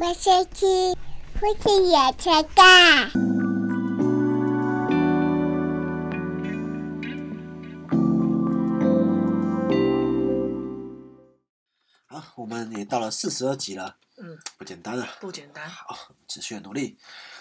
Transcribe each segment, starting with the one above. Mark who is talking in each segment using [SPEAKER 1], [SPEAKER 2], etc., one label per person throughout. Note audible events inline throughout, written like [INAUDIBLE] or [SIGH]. [SPEAKER 1] 我先去，父亲也才干。
[SPEAKER 2] 好，我们也到了四十二集了，
[SPEAKER 3] 嗯，
[SPEAKER 2] 不简单啊！
[SPEAKER 3] 不简单。
[SPEAKER 2] 好，持续的努力。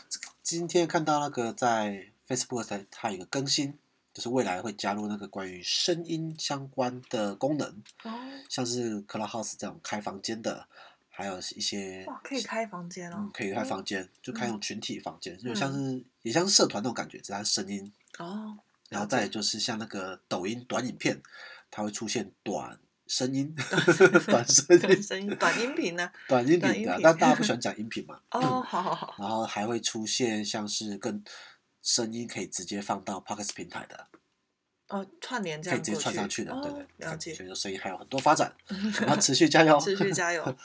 [SPEAKER 2] 这个今天看到那个在 Facebook 在它有一个更新，就是未来会加入那个关于声音相关的功能，
[SPEAKER 3] 哦，
[SPEAKER 2] 像是 Clubhouse 这种开房间的，还有一些
[SPEAKER 3] 哇，可以开房间
[SPEAKER 2] 嗯
[SPEAKER 3] 哦。
[SPEAKER 2] 可以开房间，就开那种群体房间，就像
[SPEAKER 3] 嗯
[SPEAKER 2] 是也像是社团那种感觉，只是它声音
[SPEAKER 3] 哦，
[SPEAKER 2] 然后再来就是像那个抖音短影片，它会出现短声
[SPEAKER 3] [LAUGHS]
[SPEAKER 2] 音、短声
[SPEAKER 3] 短
[SPEAKER 2] 音、
[SPEAKER 3] 声音、短音频呢？
[SPEAKER 2] 短音
[SPEAKER 3] 短
[SPEAKER 2] 频
[SPEAKER 3] 音
[SPEAKER 2] 的啊，
[SPEAKER 3] 频
[SPEAKER 2] 但大家不喜欢讲音频嘛。
[SPEAKER 3] 哦，好好好。
[SPEAKER 2] 然后还会出现像是更声音可以直接放到 p o c k e t 平台的，
[SPEAKER 3] [LAUGHS] 哦，串联这
[SPEAKER 2] 可以
[SPEAKER 3] 样
[SPEAKER 2] 直接
[SPEAKER 3] 过
[SPEAKER 2] 串上去的，对
[SPEAKER 3] 哦
[SPEAKER 2] 对，
[SPEAKER 3] 了
[SPEAKER 2] 感
[SPEAKER 3] 解
[SPEAKER 2] 觉。这声音还有很多发
[SPEAKER 3] [LAUGHS]
[SPEAKER 2] 展，我们要持续加油，
[SPEAKER 3] 持续
[SPEAKER 2] [LAUGHS]
[SPEAKER 3] 加油，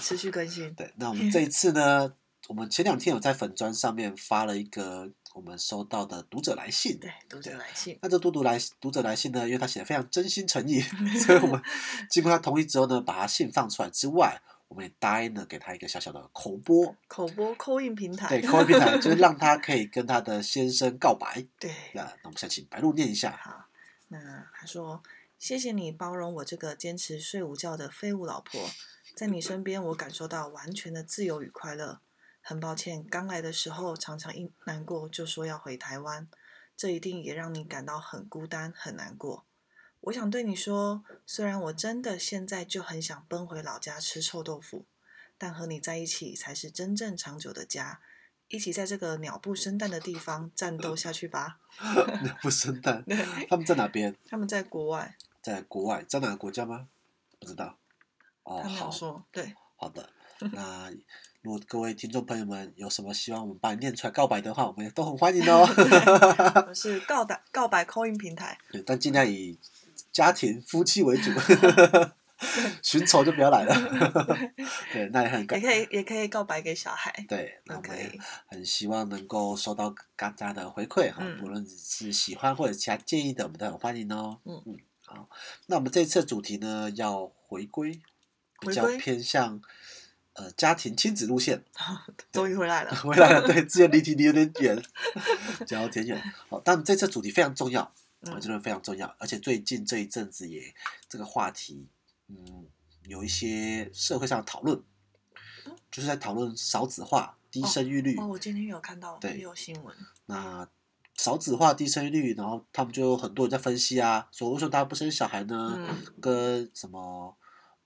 [SPEAKER 3] 持续更新。
[SPEAKER 2] 对，那我
[SPEAKER 3] [LAUGHS]
[SPEAKER 2] 们这一次呢，我们前两天有在粉砖上面发了一个我们收到的读者来信，
[SPEAKER 3] 对，读者来信。
[SPEAKER 2] 那这读读来读者来信呢，因为他写的非常真心诚
[SPEAKER 3] [LAUGHS]
[SPEAKER 2] 意，所以我们经过他同意之后呢，把他信放出来之外，我们也答应了给他一个小小的口播，
[SPEAKER 3] 口播扣印平台，
[SPEAKER 2] 对，口播平
[SPEAKER 3] [LAUGHS]
[SPEAKER 2] 台就是让他可以跟他的先生告白。
[SPEAKER 3] 对，
[SPEAKER 2] 那那我们先请白露念一下， [LAUGHS]
[SPEAKER 3] 好，那他说：“谢谢你包容我这个坚持睡午觉的废物老婆，在你身边，我感受到完全的自由与快乐。很抱歉，刚来的时候常常一难过就说要回台湾，这一定也让你感到很孤单、很难过。我想对你说，虽然我真的现在就很想奔回老家吃臭豆腐，但和你在一起才是真正长久的家。”一起在这个鸟不生蛋的地方战斗下去吧。 [LAUGHS]
[SPEAKER 2] 不生蛋，
[SPEAKER 3] 对，
[SPEAKER 2] 他们在哪边？
[SPEAKER 3] 他们在国外，
[SPEAKER 2] 在国外，在哪个国家吗？不知道。哦，
[SPEAKER 3] 他没有
[SPEAKER 2] 好
[SPEAKER 3] 说，
[SPEAKER 2] [LAUGHS]
[SPEAKER 3] 对，
[SPEAKER 2] 好的。那如果各位听众朋友们有什么希望我们帮你念出来告白的话，我们也都很欢迎哦。 [LAUGHS]
[SPEAKER 3] 我们是告白告白 c a 平台，
[SPEAKER 2] 对，但尽量以家庭夫妻为主， [LAUGHS] 寻仇就不要来了。 [LAUGHS] 对，那也很感
[SPEAKER 3] 也可以也可以告白给小孩，
[SPEAKER 2] 对，那
[SPEAKER 3] 都
[SPEAKER 2] 我
[SPEAKER 3] 可
[SPEAKER 2] 们也
[SPEAKER 3] 以。
[SPEAKER 2] 很希望能够收到大家的回馈哈，
[SPEAKER 3] 嗯
[SPEAKER 2] 不论是喜欢或者其他建议的，我们都很欢迎哦。
[SPEAKER 3] 嗯
[SPEAKER 2] 嗯，好，那我们这次的主题呢，要回归，比
[SPEAKER 3] 回
[SPEAKER 2] 较
[SPEAKER 3] 归
[SPEAKER 2] 偏向呃家庭亲子路
[SPEAKER 3] [LAUGHS]
[SPEAKER 2] 线。
[SPEAKER 3] 终于回
[SPEAKER 2] [LAUGHS]
[SPEAKER 3] 来了，
[SPEAKER 2] 回来了，对，之前离题离有点远， [LAUGHS] 讲到挺远。好，但这次主题非常重要，我
[SPEAKER 3] 嗯
[SPEAKER 2] 觉得非常重要，而且最近这一阵子也这个话题，嗯，有一些社会上的讨论，就是在讨论少子化、低生育率。
[SPEAKER 3] 嗯哦，我今天有看到
[SPEAKER 2] 对
[SPEAKER 3] 也有新闻，
[SPEAKER 2] 那少子化、低生育率，然后他们就有很多人在分析啊，说为什么大家不生小孩呢？
[SPEAKER 3] 嗯，
[SPEAKER 2] 跟什么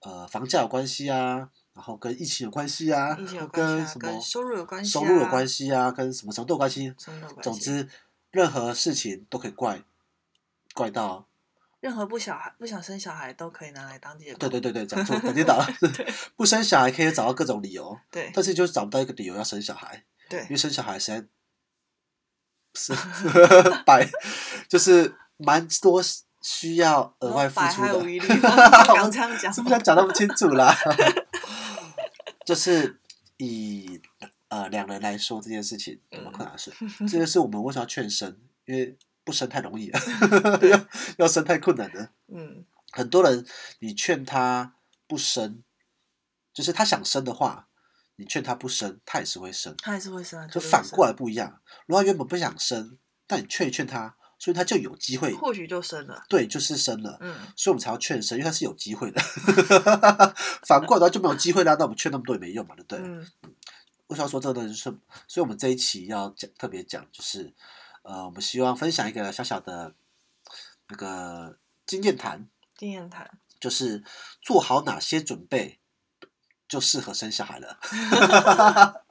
[SPEAKER 2] 呃房价有关系啊，然后跟疫情有关系啊，
[SPEAKER 3] 疫
[SPEAKER 2] 然
[SPEAKER 3] 情有
[SPEAKER 2] 后
[SPEAKER 3] 关
[SPEAKER 2] 跟
[SPEAKER 3] 系啊，
[SPEAKER 2] 什么
[SPEAKER 3] 跟收入有关系，
[SPEAKER 2] 收入有关，系啊，跟什么什么都有关系。
[SPEAKER 3] 什么都有关系。
[SPEAKER 2] 总，之，任何事情都可以怪怪到，
[SPEAKER 3] 任何不小孩不想生小孩都可以拿来当借口，
[SPEAKER 2] 对对对对，讲错，肯定
[SPEAKER 3] [LAUGHS]
[SPEAKER 2] 倒了。不生小孩可以找到各种理由，
[SPEAKER 3] 对
[SPEAKER 2] 但是就是找不到一个理由要生小孩，因为
[SPEAKER 3] 对
[SPEAKER 2] 生小孩实在是 [LAUGHS] 百，就是蛮多需要额外付
[SPEAKER 3] 百
[SPEAKER 2] 出
[SPEAKER 3] 害
[SPEAKER 2] 的
[SPEAKER 3] 无。
[SPEAKER 2] [LAUGHS]
[SPEAKER 3] 一利，刚这样讲，
[SPEAKER 2] 是不是要讲那么清楚啦？ [LAUGHS] 就是以呃两人来说这件事情，我们困难是，这就是我们为什么要劝生，因为不生太容易了，要要生太困难了。
[SPEAKER 3] 嗯，
[SPEAKER 2] 很多人你劝他不生，就是他想生的话，你劝他不生，他也是会生，
[SPEAKER 3] 他还是会生啊，
[SPEAKER 2] 就
[SPEAKER 3] 绝对会
[SPEAKER 2] 反
[SPEAKER 3] 生
[SPEAKER 2] 过来不一样。如果他原本不想生，但你劝一劝他，所以他就有机会，
[SPEAKER 3] 或许就生了，
[SPEAKER 2] 对，就是生了。
[SPEAKER 3] 嗯，
[SPEAKER 2] 所以我们才要劝生，因为他是有机会的。 [LAUGHS] 反过来他就没有机会啦，那我们劝那么多也没用嘛，对不对？
[SPEAKER 3] 嗯，
[SPEAKER 2] 为什么要说这个呢？就是，所以我们这一期要讲特别讲，就是呃，我们希望分享一个小小的那个经验谈，
[SPEAKER 3] 经验谈，
[SPEAKER 2] 就是做好哪些准备就适合生小孩了。 [LAUGHS]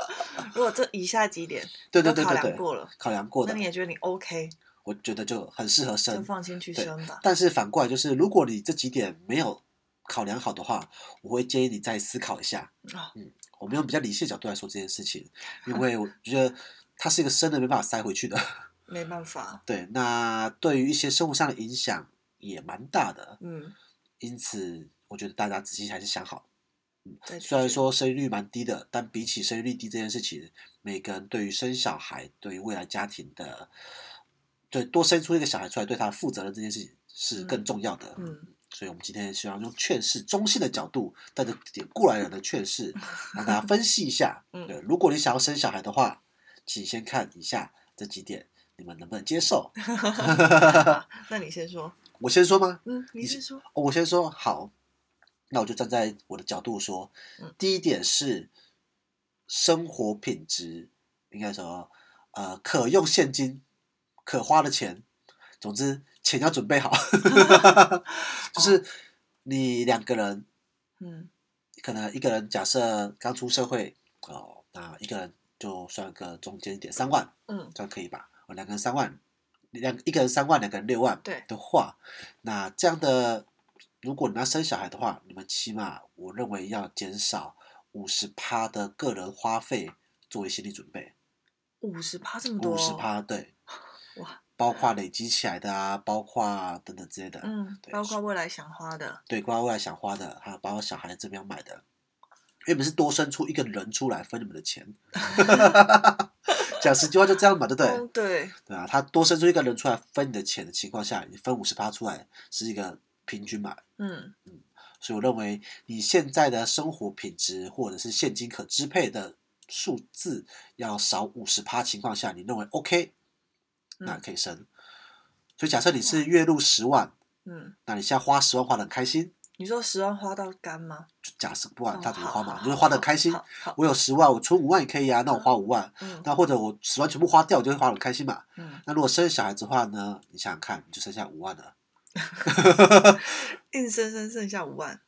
[SPEAKER 3] 如果这以下几点
[SPEAKER 2] 对对对
[SPEAKER 3] 都
[SPEAKER 2] 对
[SPEAKER 3] 考量
[SPEAKER 2] 对，
[SPEAKER 3] 过了，
[SPEAKER 2] 考量过
[SPEAKER 3] 那
[SPEAKER 2] 的
[SPEAKER 3] 你，也觉得你 OK，
[SPEAKER 2] 我觉得就很适合
[SPEAKER 3] 就
[SPEAKER 2] 生。
[SPEAKER 3] 放心去
[SPEAKER 2] 对
[SPEAKER 3] 生吧。
[SPEAKER 2] 但是反过来就是，如果你这几点没有考量好的话，我会建议你再思考一下。嗯
[SPEAKER 3] 啊，
[SPEAKER 2] 我们用比较理性的角度来说这件事情，因为我觉得它是一个生的没办法塞回去的。 [LAUGHS]
[SPEAKER 3] 没办法，
[SPEAKER 2] 对，那对于一些生活上的影响也蛮大的，
[SPEAKER 3] 嗯，
[SPEAKER 2] 因此我觉得大家仔细还是想好。
[SPEAKER 3] 再去
[SPEAKER 2] 虽然
[SPEAKER 3] 决
[SPEAKER 2] 说生育率蛮低的，但比起生育率低这件事情，每个人对于生小孩、对于未来家庭的，对多生出一个小孩出来对他负责任这件事情是更重要的。 [LAUGHS]
[SPEAKER 3] 定，嗯，
[SPEAKER 2] 所以我们今天希望用劝世中性的角度，带着点过来人的劝世，让大家分析一下。
[SPEAKER 3] [LAUGHS] 嗯
[SPEAKER 2] 对，如果你想要生小孩的话，请先看以下这几点，你们能不能接
[SPEAKER 3] [LAUGHS]
[SPEAKER 2] 受？
[SPEAKER 3] 好那你先说，
[SPEAKER 2] 我先说吗？
[SPEAKER 3] 嗯，你
[SPEAKER 2] 你
[SPEAKER 3] 先
[SPEAKER 2] 先
[SPEAKER 3] 说，
[SPEAKER 2] 哦我先说好，那我就站在我的角度说
[SPEAKER 3] 嗯，
[SPEAKER 2] 第一点是生活品质，应该说呃可用现金、可花的钱，总之钱要准备
[SPEAKER 3] [LAUGHS]
[SPEAKER 2] 好， [LAUGHS] 就是你两个人
[SPEAKER 3] 嗯
[SPEAKER 2] 可能一个人假设刚出社会哦，那一个人就算个中间一点三万，
[SPEAKER 3] 嗯
[SPEAKER 2] 这样可以吧？哦，两个人三万，两一个人三万，两个人六万，
[SPEAKER 3] 对
[SPEAKER 2] 的话，那这样的，如果你要生小孩的话，你们起码我认为要减少五十趴的个人花费作为心理准备，
[SPEAKER 3] 五十趴这么多，哦
[SPEAKER 2] 五十，趴对，
[SPEAKER 3] 哇，
[SPEAKER 2] 包括累积起来的啊，包括等等之类的，
[SPEAKER 3] 嗯，
[SPEAKER 2] 对
[SPEAKER 3] 包括未来想花的，
[SPEAKER 2] 对，包括未来想花的，还有包括小孩这边要买的，原本是多生出一个人出来分你们的
[SPEAKER 3] [LAUGHS]
[SPEAKER 2] 钱，讲实际话就这样嘛，对不对？
[SPEAKER 3] 嗯对，
[SPEAKER 2] 对啊，他多生出一个人出来分你的钱的情况下，你分五十八出来是一个平均嘛，
[SPEAKER 3] 嗯
[SPEAKER 2] 所以我认为你现在的生活品质或者是现金可支配的数字要少五十趴情况下，你认为 OK，那
[SPEAKER 3] 嗯
[SPEAKER 2] 可以生。所以假设你是月入十万，
[SPEAKER 3] 嗯，
[SPEAKER 2] 那你现在花十万花的很开心，
[SPEAKER 3] 你说十万花到干吗？
[SPEAKER 2] 就假设不管
[SPEAKER 3] 哦
[SPEAKER 2] 他怎么啊花嘛，
[SPEAKER 3] 好
[SPEAKER 2] 你就是花的开心。
[SPEAKER 3] 好，好好
[SPEAKER 2] 我有十万，我存五万也可以啊，那我花五万，
[SPEAKER 3] 嗯
[SPEAKER 2] 那或者我十万全部花掉，我就会花得很开心嘛。
[SPEAKER 3] 嗯，
[SPEAKER 2] 那如果生小孩子的话呢，你想想看，你就剩下五万了，
[SPEAKER 3] 硬生生剩下五万，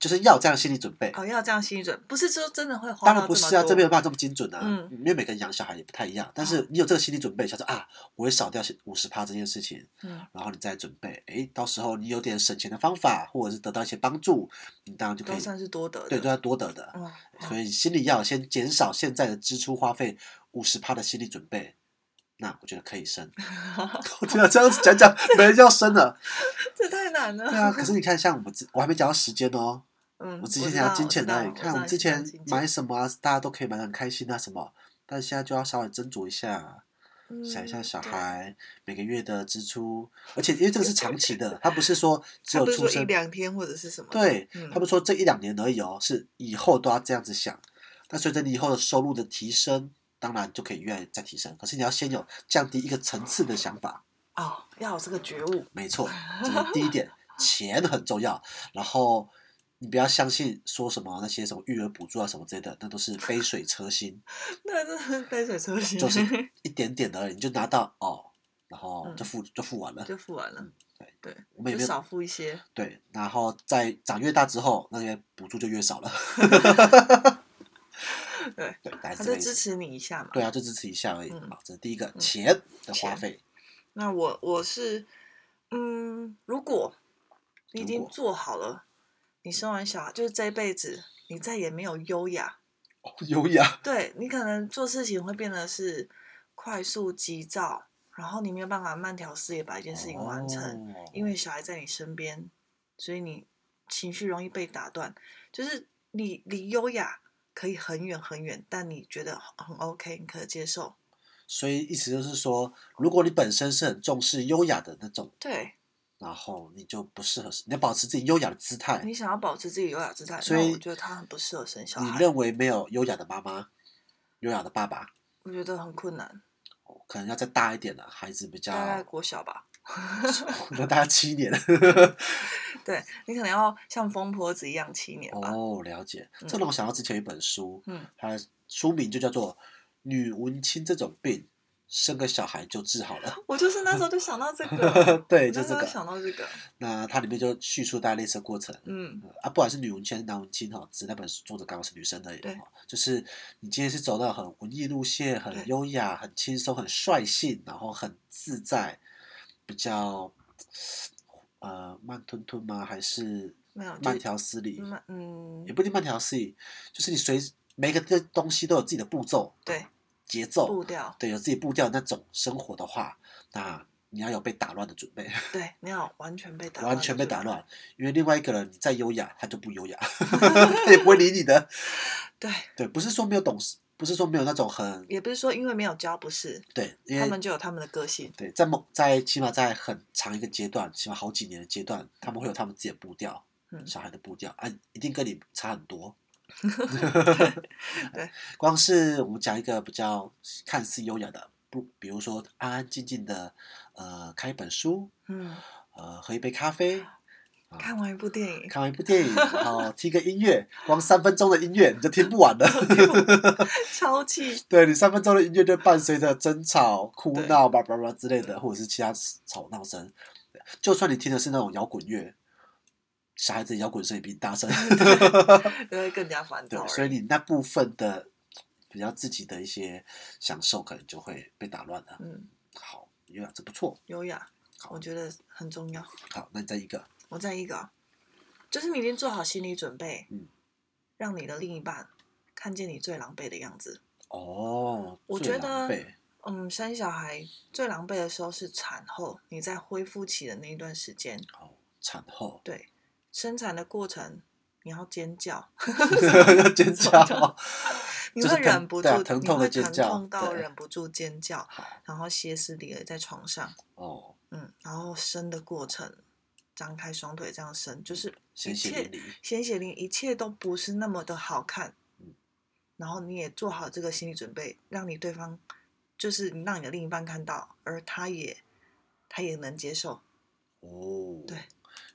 [SPEAKER 2] 就是要有这样的心理准备。
[SPEAKER 3] 哦，要这样心理准，不是说真的会花
[SPEAKER 2] 当然
[SPEAKER 3] 到这
[SPEAKER 2] 不
[SPEAKER 3] 么
[SPEAKER 2] 是啊，这
[SPEAKER 3] 多
[SPEAKER 2] 没有办法这么精准啊，
[SPEAKER 3] 嗯
[SPEAKER 2] 因为每个人养小孩也不太一样。但是你有这个心理准备，想说啊，我会少掉五十趴这件事情，
[SPEAKER 3] 嗯，
[SPEAKER 2] 然后你再准备，诶，到时候你有点省钱的方法，或者是得到一些帮助，你当然就可
[SPEAKER 3] 都
[SPEAKER 2] 以，
[SPEAKER 3] 算是多得的，
[SPEAKER 2] 对，都要多得的。
[SPEAKER 3] 嗯，
[SPEAKER 2] 所以心里要先减少现在的支出花费五十趴的心理准备，那我觉得可以生。我听到这样子讲讲，没人要生了。
[SPEAKER 3] 哦这太难了，
[SPEAKER 2] 对啊，可是你看，像我们之我还没讲到时间哦，
[SPEAKER 3] 嗯，
[SPEAKER 2] 我之前讲到金钱的，你看我
[SPEAKER 3] 我
[SPEAKER 2] 们之前买什么啊，大家都可以买的很开心啊什么，但现在就要稍微斟酌一下，想
[SPEAKER 3] 嗯
[SPEAKER 2] 一下小，孩每个月的支出，而且因为这个是长期的，它不是说只
[SPEAKER 3] 他
[SPEAKER 2] 有
[SPEAKER 3] 不是
[SPEAKER 2] 出
[SPEAKER 3] 说一
[SPEAKER 2] 生，
[SPEAKER 3] 两天或者是什么，，
[SPEAKER 2] 对
[SPEAKER 3] 嗯，
[SPEAKER 2] 他们说这一两年而已哦，是以后都要这样子想。那随着你以后的收入的提升，当然就可以越来再提升。可是你要先有降低一个层次的想法，
[SPEAKER 3] 哦，要有这个觉悟， [LAUGHS]
[SPEAKER 2] 没错，这是第一点，钱很重要。然后你不要相信说什么那些什么育儿补助啊什么之类的，那都是杯水车薪，
[SPEAKER 3] 那真的是杯水车薪，
[SPEAKER 2] 就是一点点的而已，你就拿到哦，然后
[SPEAKER 3] 嗯
[SPEAKER 2] 就付、就付完了。
[SPEAKER 3] [LAUGHS] 就付完了
[SPEAKER 2] 嗯，我们
[SPEAKER 3] 对，
[SPEAKER 2] 也
[SPEAKER 3] 就
[SPEAKER 2] 没有
[SPEAKER 3] 少付一些，
[SPEAKER 2] 对，然后在长越大之后，那些补助就越少了。
[SPEAKER 3] [LAUGHS]
[SPEAKER 2] [LAUGHS]
[SPEAKER 3] 对，
[SPEAKER 2] 对，大概是这
[SPEAKER 3] 他就
[SPEAKER 2] 个意思。
[SPEAKER 3] 支持你一下嘛。
[SPEAKER 2] 对啊，就支持一下而已。
[SPEAKER 3] 嗯
[SPEAKER 2] 好，这是第一个钱的花费。
[SPEAKER 3] 那我我是，嗯，如果你已
[SPEAKER 2] 如
[SPEAKER 3] 经
[SPEAKER 2] 果
[SPEAKER 3] 做好了，你生完小孩就是这辈子你再也没有优雅，
[SPEAKER 2] 哦优
[SPEAKER 3] [LAUGHS]
[SPEAKER 2] 雅，
[SPEAKER 3] 对你可能做事情会变得是快速急躁，然后你没有办法慢条斯理把一件事情完成，
[SPEAKER 2] 哦
[SPEAKER 3] 因为小孩在你身边，所以你情绪容易被打断。就是你离优雅可以很远很远，但你觉得很 OK，你可以接受。
[SPEAKER 2] 所以意思就是说，如果你本身是很重视优雅的那种，
[SPEAKER 3] 对
[SPEAKER 2] 然后你就不适合，你要保持自己优雅的姿态。
[SPEAKER 3] 你想要保持自己优雅姿态，
[SPEAKER 2] 所
[SPEAKER 3] 那
[SPEAKER 2] 以
[SPEAKER 3] 我觉得他很不适合生小
[SPEAKER 2] 你
[SPEAKER 3] 孩，
[SPEAKER 2] 认为没有优雅的妈妈，优雅的爸爸，
[SPEAKER 3] 我觉得很困难。
[SPEAKER 2] 哦可能要再大一点了，孩子比较
[SPEAKER 3] 大概国小吧，
[SPEAKER 2] 要 [LAUGHS] 大概七年。 [LAUGHS]
[SPEAKER 3] 对你可能要像疯婆子一样七年吧。
[SPEAKER 2] 哦，了解。
[SPEAKER 3] 嗯
[SPEAKER 2] 这让我想到之前有一本书，
[SPEAKER 3] 嗯，
[SPEAKER 2] 它书名就叫做《女文青这种病，生个小孩就治好
[SPEAKER 3] [LAUGHS]
[SPEAKER 2] 了，
[SPEAKER 3] 我就是那时候就想到这个
[SPEAKER 2] [LAUGHS] 对
[SPEAKER 3] 我
[SPEAKER 2] 就
[SPEAKER 3] 那时候
[SPEAKER 2] 这个
[SPEAKER 3] 想到这个，》。
[SPEAKER 2] 那它里面就叙述大概类似的过程。
[SPEAKER 3] 嗯
[SPEAKER 2] 呃啊，不管是女文青还是男文青哈，只是那本书作者刚好是女生而已
[SPEAKER 3] 对
[SPEAKER 2] 哈。就是你今天是走到很文艺路线，
[SPEAKER 3] 对
[SPEAKER 2] 很优雅、很轻松、很率性，然后很自在，比较呃慢吞吞吗？还是
[SPEAKER 3] 没有就
[SPEAKER 2] 慢条斯理？
[SPEAKER 3] 啊慢嗯
[SPEAKER 2] 也不一定慢条斯理，就是你随每个的东西都有自己的步骤、
[SPEAKER 3] 对
[SPEAKER 2] 节奏
[SPEAKER 3] 步，调，
[SPEAKER 2] 对，有自己步调那种生活的话，那你要有被打乱的准备，
[SPEAKER 3] 对你要完全被打乱，
[SPEAKER 2] 完全被打，乱，因为另外一个人你 [LAUGHS] 再优雅，他就不优雅，他也不会理你的。
[SPEAKER 3] 对
[SPEAKER 2] 对，不是说没有懂事，不是说没有那种很
[SPEAKER 3] 也不是说因为没有教，不是，
[SPEAKER 2] 对，因
[SPEAKER 3] 他
[SPEAKER 2] 为
[SPEAKER 3] 们就有他们的个性。
[SPEAKER 2] 对在某在起码在很长一个阶段，起码好几年的阶段，他们会有他们自己的步调，
[SPEAKER 3] 嗯
[SPEAKER 2] 小孩的步调啊，一定跟你差很多。
[SPEAKER 3] [LAUGHS] 对，
[SPEAKER 2] [LAUGHS] 光是我们讲一个比较看似优雅的，不，比如说安安静静的，呃，看一本书，
[SPEAKER 3] 嗯，
[SPEAKER 2] 呃，喝一杯咖啡，啊
[SPEAKER 3] 看完一部电影， [LAUGHS]
[SPEAKER 2] 看完一部电影，然后听个音乐，光三分钟的音乐你就听不
[SPEAKER 3] [LAUGHS]
[SPEAKER 2] 完了。
[SPEAKER 3] 超气。
[SPEAKER 2] 对你三分钟的音乐就伴随着争吵、哭
[SPEAKER 3] 对
[SPEAKER 2] 闹、叭叭叭之类的，或者是其他吵闹声。就算你听的是那种摇滚乐，小孩子摇滚声也比你大声。
[SPEAKER 3] 就会更加烦
[SPEAKER 2] [LAUGHS]
[SPEAKER 3] 躁
[SPEAKER 2] 对，
[SPEAKER 3] 而已。
[SPEAKER 2] 所以你那部分的比较自己的一些享受，可能就会被打乱了。
[SPEAKER 3] 嗯，
[SPEAKER 2] 好，有两只不错。
[SPEAKER 3] 优雅，
[SPEAKER 2] 好
[SPEAKER 3] 我觉得很重要。
[SPEAKER 2] 好，那你再一个，
[SPEAKER 3] 我再一个啊，就是你已经做好心理准备，
[SPEAKER 2] 嗯
[SPEAKER 3] 让你的另一半看见你最狼狈的样子。
[SPEAKER 2] 哦，
[SPEAKER 3] 我
[SPEAKER 2] 最
[SPEAKER 3] 觉得
[SPEAKER 2] 狼狈
[SPEAKER 3] 嗯，生小孩最狼狈的时候是产后，你在恢复期的那一段时间，
[SPEAKER 2] 哦，产
[SPEAKER 3] [LAUGHS]
[SPEAKER 2] 后 [LAUGHS]
[SPEAKER 3] 对，生产的过程你要尖叫，
[SPEAKER 2] 要尖叫哦，
[SPEAKER 3] 你
[SPEAKER 2] 就是
[SPEAKER 3] 会
[SPEAKER 2] 疼
[SPEAKER 3] 忍不
[SPEAKER 2] 对啊
[SPEAKER 3] 住，
[SPEAKER 2] 疼
[SPEAKER 3] 你
[SPEAKER 2] 痛的
[SPEAKER 3] 会
[SPEAKER 2] 尖
[SPEAKER 3] 疼
[SPEAKER 2] 叫
[SPEAKER 3] 痛到
[SPEAKER 2] 对
[SPEAKER 3] 忍不住尖叫
[SPEAKER 2] 好，
[SPEAKER 3] 然后歇斯底里在床上，
[SPEAKER 2] 哦，
[SPEAKER 3] 嗯，然后生的过程，张开双腿这样生，就是一
[SPEAKER 2] 嗯鲜血
[SPEAKER 3] 切
[SPEAKER 2] 淋漓，
[SPEAKER 3] 鲜血淋，一切都不是那么的好看。
[SPEAKER 2] 嗯
[SPEAKER 3] 然后你也做好这个心理准备，让你对方就是你让你的另一半看到，而他也他也能接受。
[SPEAKER 2] 哦，
[SPEAKER 3] 对。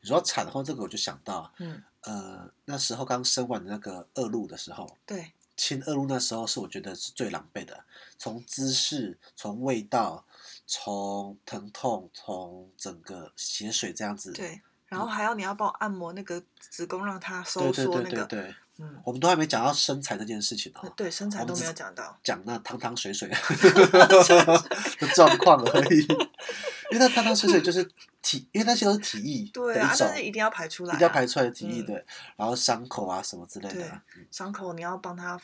[SPEAKER 2] 你说到产后这个，我就想到，
[SPEAKER 3] 嗯，
[SPEAKER 2] 呃，那时候刚生完那个恶露的时候，
[SPEAKER 3] 对，
[SPEAKER 2] 亲恶露那时候是我觉得是最狼狈的，从姿势、从味道、从疼痛、从整个血水这样子。
[SPEAKER 3] 对。然后还要你要帮我按摩那个子宫，让它
[SPEAKER 2] 嗯对
[SPEAKER 3] 收
[SPEAKER 2] 对
[SPEAKER 3] 缩
[SPEAKER 2] 对
[SPEAKER 3] 那
[SPEAKER 2] 对
[SPEAKER 3] 个，
[SPEAKER 2] 对，
[SPEAKER 3] 嗯，
[SPEAKER 2] 我们都还没讲到身材这件事情
[SPEAKER 3] 呃
[SPEAKER 2] 哦，
[SPEAKER 3] 对，身材
[SPEAKER 2] 我
[SPEAKER 3] 都
[SPEAKER 2] 们
[SPEAKER 3] 没
[SPEAKER 2] 只
[SPEAKER 3] 有讲到，
[SPEAKER 2] 讲那汤汤水
[SPEAKER 3] [LAUGHS]
[SPEAKER 2] 水 [LAUGHS] 的状况而已，因为那汤汤水水就是体，因为那些都是体液
[SPEAKER 3] 对
[SPEAKER 2] 的
[SPEAKER 3] 啊
[SPEAKER 2] 一，种
[SPEAKER 3] 但，是一定要排出来、
[SPEAKER 2] 一
[SPEAKER 3] 啊，
[SPEAKER 2] 定要排出来的体液
[SPEAKER 3] 嗯
[SPEAKER 2] 对，然后伤口啊什么之类
[SPEAKER 3] 对
[SPEAKER 2] 的啊，嗯
[SPEAKER 3] 伤口，你要帮他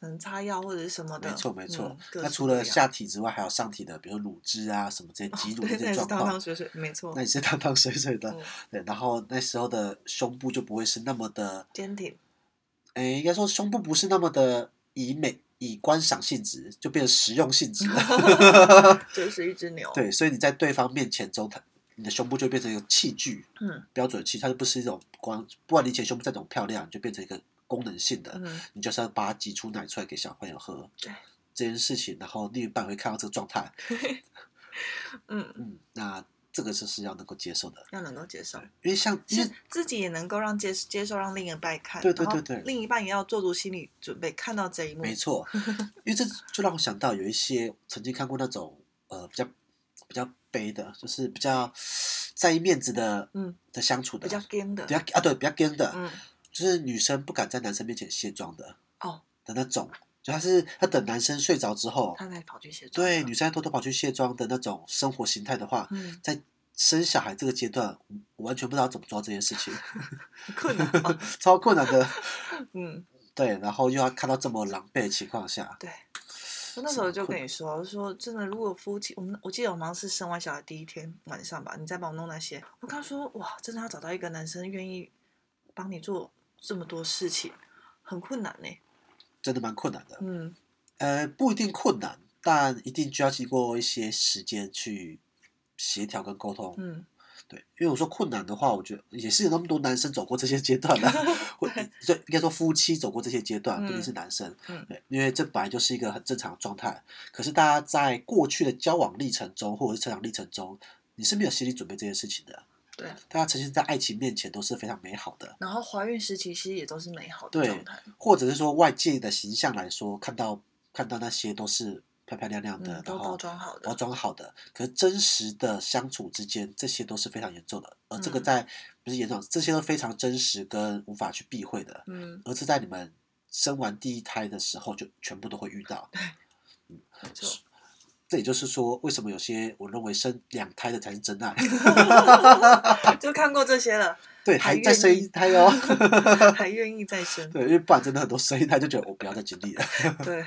[SPEAKER 3] 可能擦药或者是什么的，
[SPEAKER 2] 没错没错
[SPEAKER 3] 嗯。各
[SPEAKER 2] 那
[SPEAKER 3] 式
[SPEAKER 2] 除
[SPEAKER 3] 各
[SPEAKER 2] 了
[SPEAKER 3] 样哦
[SPEAKER 2] 下体之外，还有上体的，比如说乳汁啊什么这些挤乳
[SPEAKER 3] [LAUGHS] 对，
[SPEAKER 2] 这
[SPEAKER 3] 那
[SPEAKER 2] 些
[SPEAKER 3] 也是
[SPEAKER 2] 状
[SPEAKER 3] 汤汤
[SPEAKER 2] 况，
[SPEAKER 3] 水哦水，没错
[SPEAKER 2] 那，也呃是汤汤水水的。
[SPEAKER 3] 嗯，
[SPEAKER 2] 对，然后那时候的胸部就不会是那么的，
[SPEAKER 3] 坚挺，
[SPEAKER 2] [LAUGHS] 诶，应该说胸部不是那么的以美以观赏性质，就变成实用性质
[SPEAKER 3] [LAUGHS]
[SPEAKER 2] 了。
[SPEAKER 3] 就是一只牛，，
[SPEAKER 2] 对，所以你在对方面前中，他你的胸部就变成一个器具，
[SPEAKER 3] 嗯
[SPEAKER 2] 标准器，它就不是一种光，不管你以前胸部再怎么漂亮，你就变成一个功能性的，
[SPEAKER 3] 嗯，
[SPEAKER 2] 你就是要把它挤出奶出来给小朋友喝。
[SPEAKER 3] 对
[SPEAKER 2] 这件事情，然后另一半会看到这个状态，
[SPEAKER 3] 嗯，
[SPEAKER 2] 嗯，那这个就是要能够接受的，
[SPEAKER 3] 要能够接受，
[SPEAKER 2] 因为像因
[SPEAKER 3] 是
[SPEAKER 2] 为
[SPEAKER 3] 自己也能够让接接受让另一半看，
[SPEAKER 2] 对对
[SPEAKER 3] 然后
[SPEAKER 2] 对对
[SPEAKER 3] 另一半也要做足心理准备，看到这一幕，
[SPEAKER 2] 没错，因
[SPEAKER 3] [LAUGHS]
[SPEAKER 2] 为这就让我想到有一些曾经看过那种呃比较比较悲的，就是比较在意面子的，
[SPEAKER 3] 嗯，
[SPEAKER 2] 的相处的，
[SPEAKER 3] 比较干的
[SPEAKER 2] 比，较啊对比较 gay 的，
[SPEAKER 3] 嗯，
[SPEAKER 2] 就是女生不敢在男生面前卸妆的
[SPEAKER 3] 哦，
[SPEAKER 2] 的那种，就她是她等男生睡着之后，
[SPEAKER 3] 他才跑去写作，
[SPEAKER 2] 对女生还偷偷跑去卸妆的那种生活形态的话，
[SPEAKER 3] 嗯，
[SPEAKER 2] 在生小孩这个阶段，我完全不知道怎么做到这件事情， [LAUGHS]
[SPEAKER 3] 很困难哦，
[SPEAKER 2] 超困难的。
[SPEAKER 3] 嗯，
[SPEAKER 2] 对，然后又要看到这么狼狈的情况下，
[SPEAKER 3] 对。我那时候就跟你说，我说真的，如果夫妻，我们我记得我们好像是生完小孩第一天晚上吧，你再帮我弄那些，我跟他说，哇，真的要找到一个男生愿意帮你做这么多事情，很困难呢、
[SPEAKER 2] 真的蛮困难的。
[SPEAKER 3] 嗯，
[SPEAKER 2] 呃，不一定困难，但一定就要经过一些时间去协调跟沟通。
[SPEAKER 3] 嗯，
[SPEAKER 2] 对，因为我说困难的话，我觉得也是有那么多男生走过这些阶段的，
[SPEAKER 3] [LAUGHS]
[SPEAKER 2] 或对，应该说夫妻走过这些阶段，不一定是男生。
[SPEAKER 3] 嗯
[SPEAKER 2] 对，因为这本来就是一个很正常的状态。可是大家在过去的交往历程中，或者是成长历程中，你是没有心理准备这件事情的。
[SPEAKER 3] 对。
[SPEAKER 2] 大家啊呈现在爱情面前都是非常美好的，
[SPEAKER 3] 然后怀孕时期其实也都是美好的
[SPEAKER 2] 对
[SPEAKER 3] 状态，
[SPEAKER 2] 或者是说外界的形象来说，看到看到那些都是漂漂亮亮的，
[SPEAKER 3] 嗯，
[SPEAKER 2] 然
[SPEAKER 3] 都
[SPEAKER 2] 后
[SPEAKER 3] 包装好
[SPEAKER 2] 包
[SPEAKER 3] 的，
[SPEAKER 2] 装好的，可是真实的相处之间，这些都是非常严重的，而这个
[SPEAKER 3] 嗯
[SPEAKER 2] 在、不是严重，这些都非常真实跟无法去避讳的，
[SPEAKER 3] 嗯，
[SPEAKER 2] 而是在你们生完第一胎的时候就全部都会遇到。
[SPEAKER 3] 没错，
[SPEAKER 2] 这也就是说，为什么有些我认为生两胎的才是
[SPEAKER 3] [LAUGHS]
[SPEAKER 2] 真爱，
[SPEAKER 3] 就看过这些了，
[SPEAKER 2] 对，
[SPEAKER 3] 还
[SPEAKER 2] 还在
[SPEAKER 3] 愿
[SPEAKER 2] 生
[SPEAKER 3] 意
[SPEAKER 2] 一胎哦，
[SPEAKER 3] [LAUGHS] 还愿意再
[SPEAKER 2] [LAUGHS]
[SPEAKER 3] 生，
[SPEAKER 2] 对，因为不然真的很多生一胎就觉得我不要再经历了。
[SPEAKER 3] 对，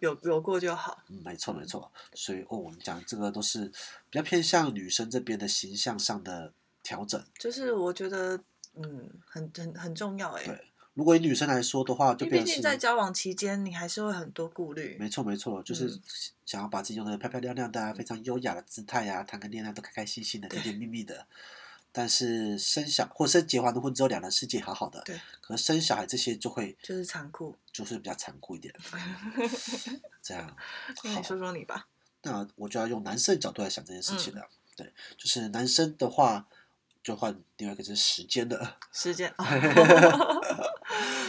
[SPEAKER 3] 有有过就好，
[SPEAKER 2] 嗯，没错没错，所以哦，我们讲这个都是比较偏向女生这边的形象上的调整。
[SPEAKER 3] 就是我觉得，嗯，很很很重要哎、
[SPEAKER 2] 对如果以女生来说的话，就
[SPEAKER 3] 因为
[SPEAKER 2] 变
[SPEAKER 3] 毕
[SPEAKER 2] 成
[SPEAKER 3] 竟在
[SPEAKER 2] 是
[SPEAKER 3] 交往期间，你还是会很多顾虑。
[SPEAKER 2] 没错没错，就是
[SPEAKER 3] 嗯
[SPEAKER 2] 想要把自己用的漂漂亮亮的、啊，非常优雅的姿态呀、啊，谈个恋爱都开开心心的、甜甜蜜蜜的。但是生小或生结完婚之后，两人世界好好的，
[SPEAKER 3] 对，
[SPEAKER 2] 可是生小孩这些就会
[SPEAKER 3] 就是残酷。
[SPEAKER 2] 就是比较残酷一
[SPEAKER 3] [LAUGHS]
[SPEAKER 2] 点。这样，
[SPEAKER 3] 那
[SPEAKER 2] 好
[SPEAKER 3] 你说说你吧。
[SPEAKER 2] 那我就要用男生的角度来想这件事情
[SPEAKER 3] 嗯
[SPEAKER 2] 了。对，就是男生的话，就换另外一个就是时间的，
[SPEAKER 3] 时间，
[SPEAKER 2] [LAUGHS]
[SPEAKER 3] 哦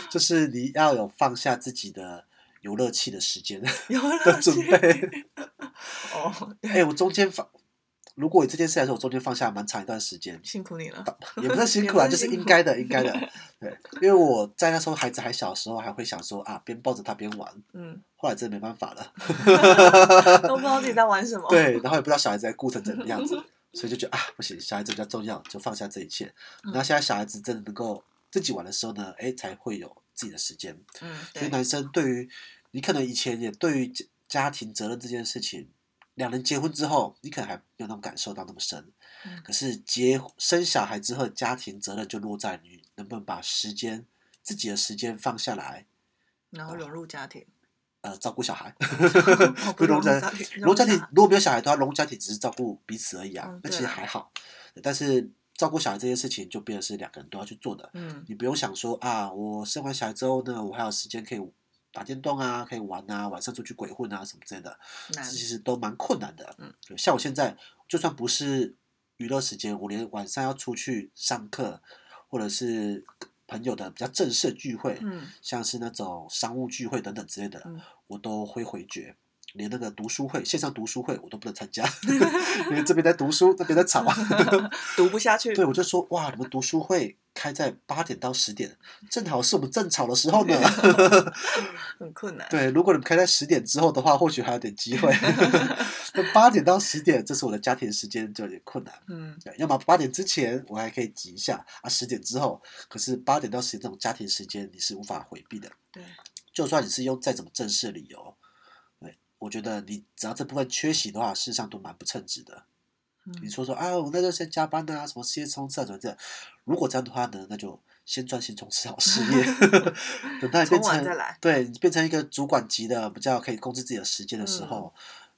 [SPEAKER 2] 就是你要有放下自己的游乐器的时
[SPEAKER 3] [LAUGHS]
[SPEAKER 2] 间的
[SPEAKER 3] 有了
[SPEAKER 2] 准备。
[SPEAKER 3] 哦，
[SPEAKER 2] 哎、我中间放，如果以这件事来说，我中间放下蛮长一段时间，
[SPEAKER 3] 辛苦你了。
[SPEAKER 2] 也不是辛苦啊，
[SPEAKER 3] [LAUGHS] 也不
[SPEAKER 2] 就是是
[SPEAKER 3] 辛苦
[SPEAKER 2] 应该的，应该的。
[SPEAKER 3] [LAUGHS]
[SPEAKER 2] 对，因为我在那时候孩子还小的时候，还会想说啊，边抱着他边玩。
[SPEAKER 3] 嗯，
[SPEAKER 2] 后来真的没办法了，
[SPEAKER 3] 都不知道自己在玩什么。
[SPEAKER 2] [LAUGHS] 对，然后也不知道小孩子在顾成怎么样子，
[SPEAKER 3] [LAUGHS]
[SPEAKER 2] 所以就觉得啊，不行，小孩子比较重要，就放下这一切。
[SPEAKER 3] 嗯
[SPEAKER 2] 然后现在小孩子真的能够自己玩的时候呢，哎，才会有自己的时间。
[SPEAKER 3] 嗯，
[SPEAKER 2] 所以
[SPEAKER 3] 对，
[SPEAKER 2] 男生对于你可能以前也对于家家庭责任这件事情，两人结婚之后，你可能还没有那种感受到那么深。
[SPEAKER 3] 嗯
[SPEAKER 2] 可是结生小孩之后，家庭责任就落在你能不能把时间自己的时间放下来，
[SPEAKER 3] 然后融入
[SPEAKER 2] [LAUGHS]
[SPEAKER 3] 家庭，
[SPEAKER 2] 呃，照顾小孩
[SPEAKER 3] 哦，
[SPEAKER 2] 不
[SPEAKER 3] 不
[SPEAKER 2] 融
[SPEAKER 3] 融入
[SPEAKER 2] 家
[SPEAKER 3] 家庭，
[SPEAKER 2] 融家庭
[SPEAKER 3] 融家
[SPEAKER 2] 如果没有小孩的话，融家庭只是照顾彼此而已啊
[SPEAKER 3] 嗯，
[SPEAKER 2] 那
[SPEAKER 3] 对
[SPEAKER 2] 其实
[SPEAKER 3] 啊
[SPEAKER 2] 还好。但是照顾小孩这件事情就变成是两个人都要去做的，
[SPEAKER 3] 嗯
[SPEAKER 2] [LAUGHS] 你不用想说啊，我生完小孩之后呢，我还有时间可以打电动啊，可以玩啊，晚上出去鬼混啊什么之类的，这
[SPEAKER 3] 难，
[SPEAKER 2] 其实都蛮困难的。
[SPEAKER 3] 嗯
[SPEAKER 2] 对，像我现在就算不是娱乐时间，我连晚上要出去上课，或者是朋友的比较正式的聚会，
[SPEAKER 3] 嗯
[SPEAKER 2] 像是那种商务聚会等等之类的，
[SPEAKER 3] 嗯
[SPEAKER 2] 我都会回绝。连那个读书会，线上读书会我都不能参加，因为这边在读书，那边在吵。
[SPEAKER 3] 读不下去，
[SPEAKER 2] 对，我就说哇，你们读书会开在八点到十点，正好是我们正吵的时候呢。
[SPEAKER 3] [LAUGHS] 很困难。
[SPEAKER 2] 对，如果你们开在十点之后的话，或许还有点机会。那八点到十点，这是我的家庭时间，就有点困难。
[SPEAKER 3] 嗯，
[SPEAKER 2] 对，要么八点之前我还可以挤一下啊，十点之后，可是八点到十点这种家庭时间你是无法回避的。
[SPEAKER 3] 对，
[SPEAKER 2] 就算你是用再怎么正式的理由，对我觉得你只要这部分缺席的话，事实上都蛮不称职的。你
[SPEAKER 3] 嗯
[SPEAKER 2] 说说啊，我那段时间加班啊，什么事业冲刺啊，怎么这样？如果这样的话呢，那就先专心冲刺好事
[SPEAKER 3] [LAUGHS]
[SPEAKER 2] 业，等到你变
[SPEAKER 3] 从晚再
[SPEAKER 2] 成
[SPEAKER 3] 来
[SPEAKER 2] 对你变成一个主管级的，比较可以控制自己的时间的
[SPEAKER 3] 嗯
[SPEAKER 2] 时候，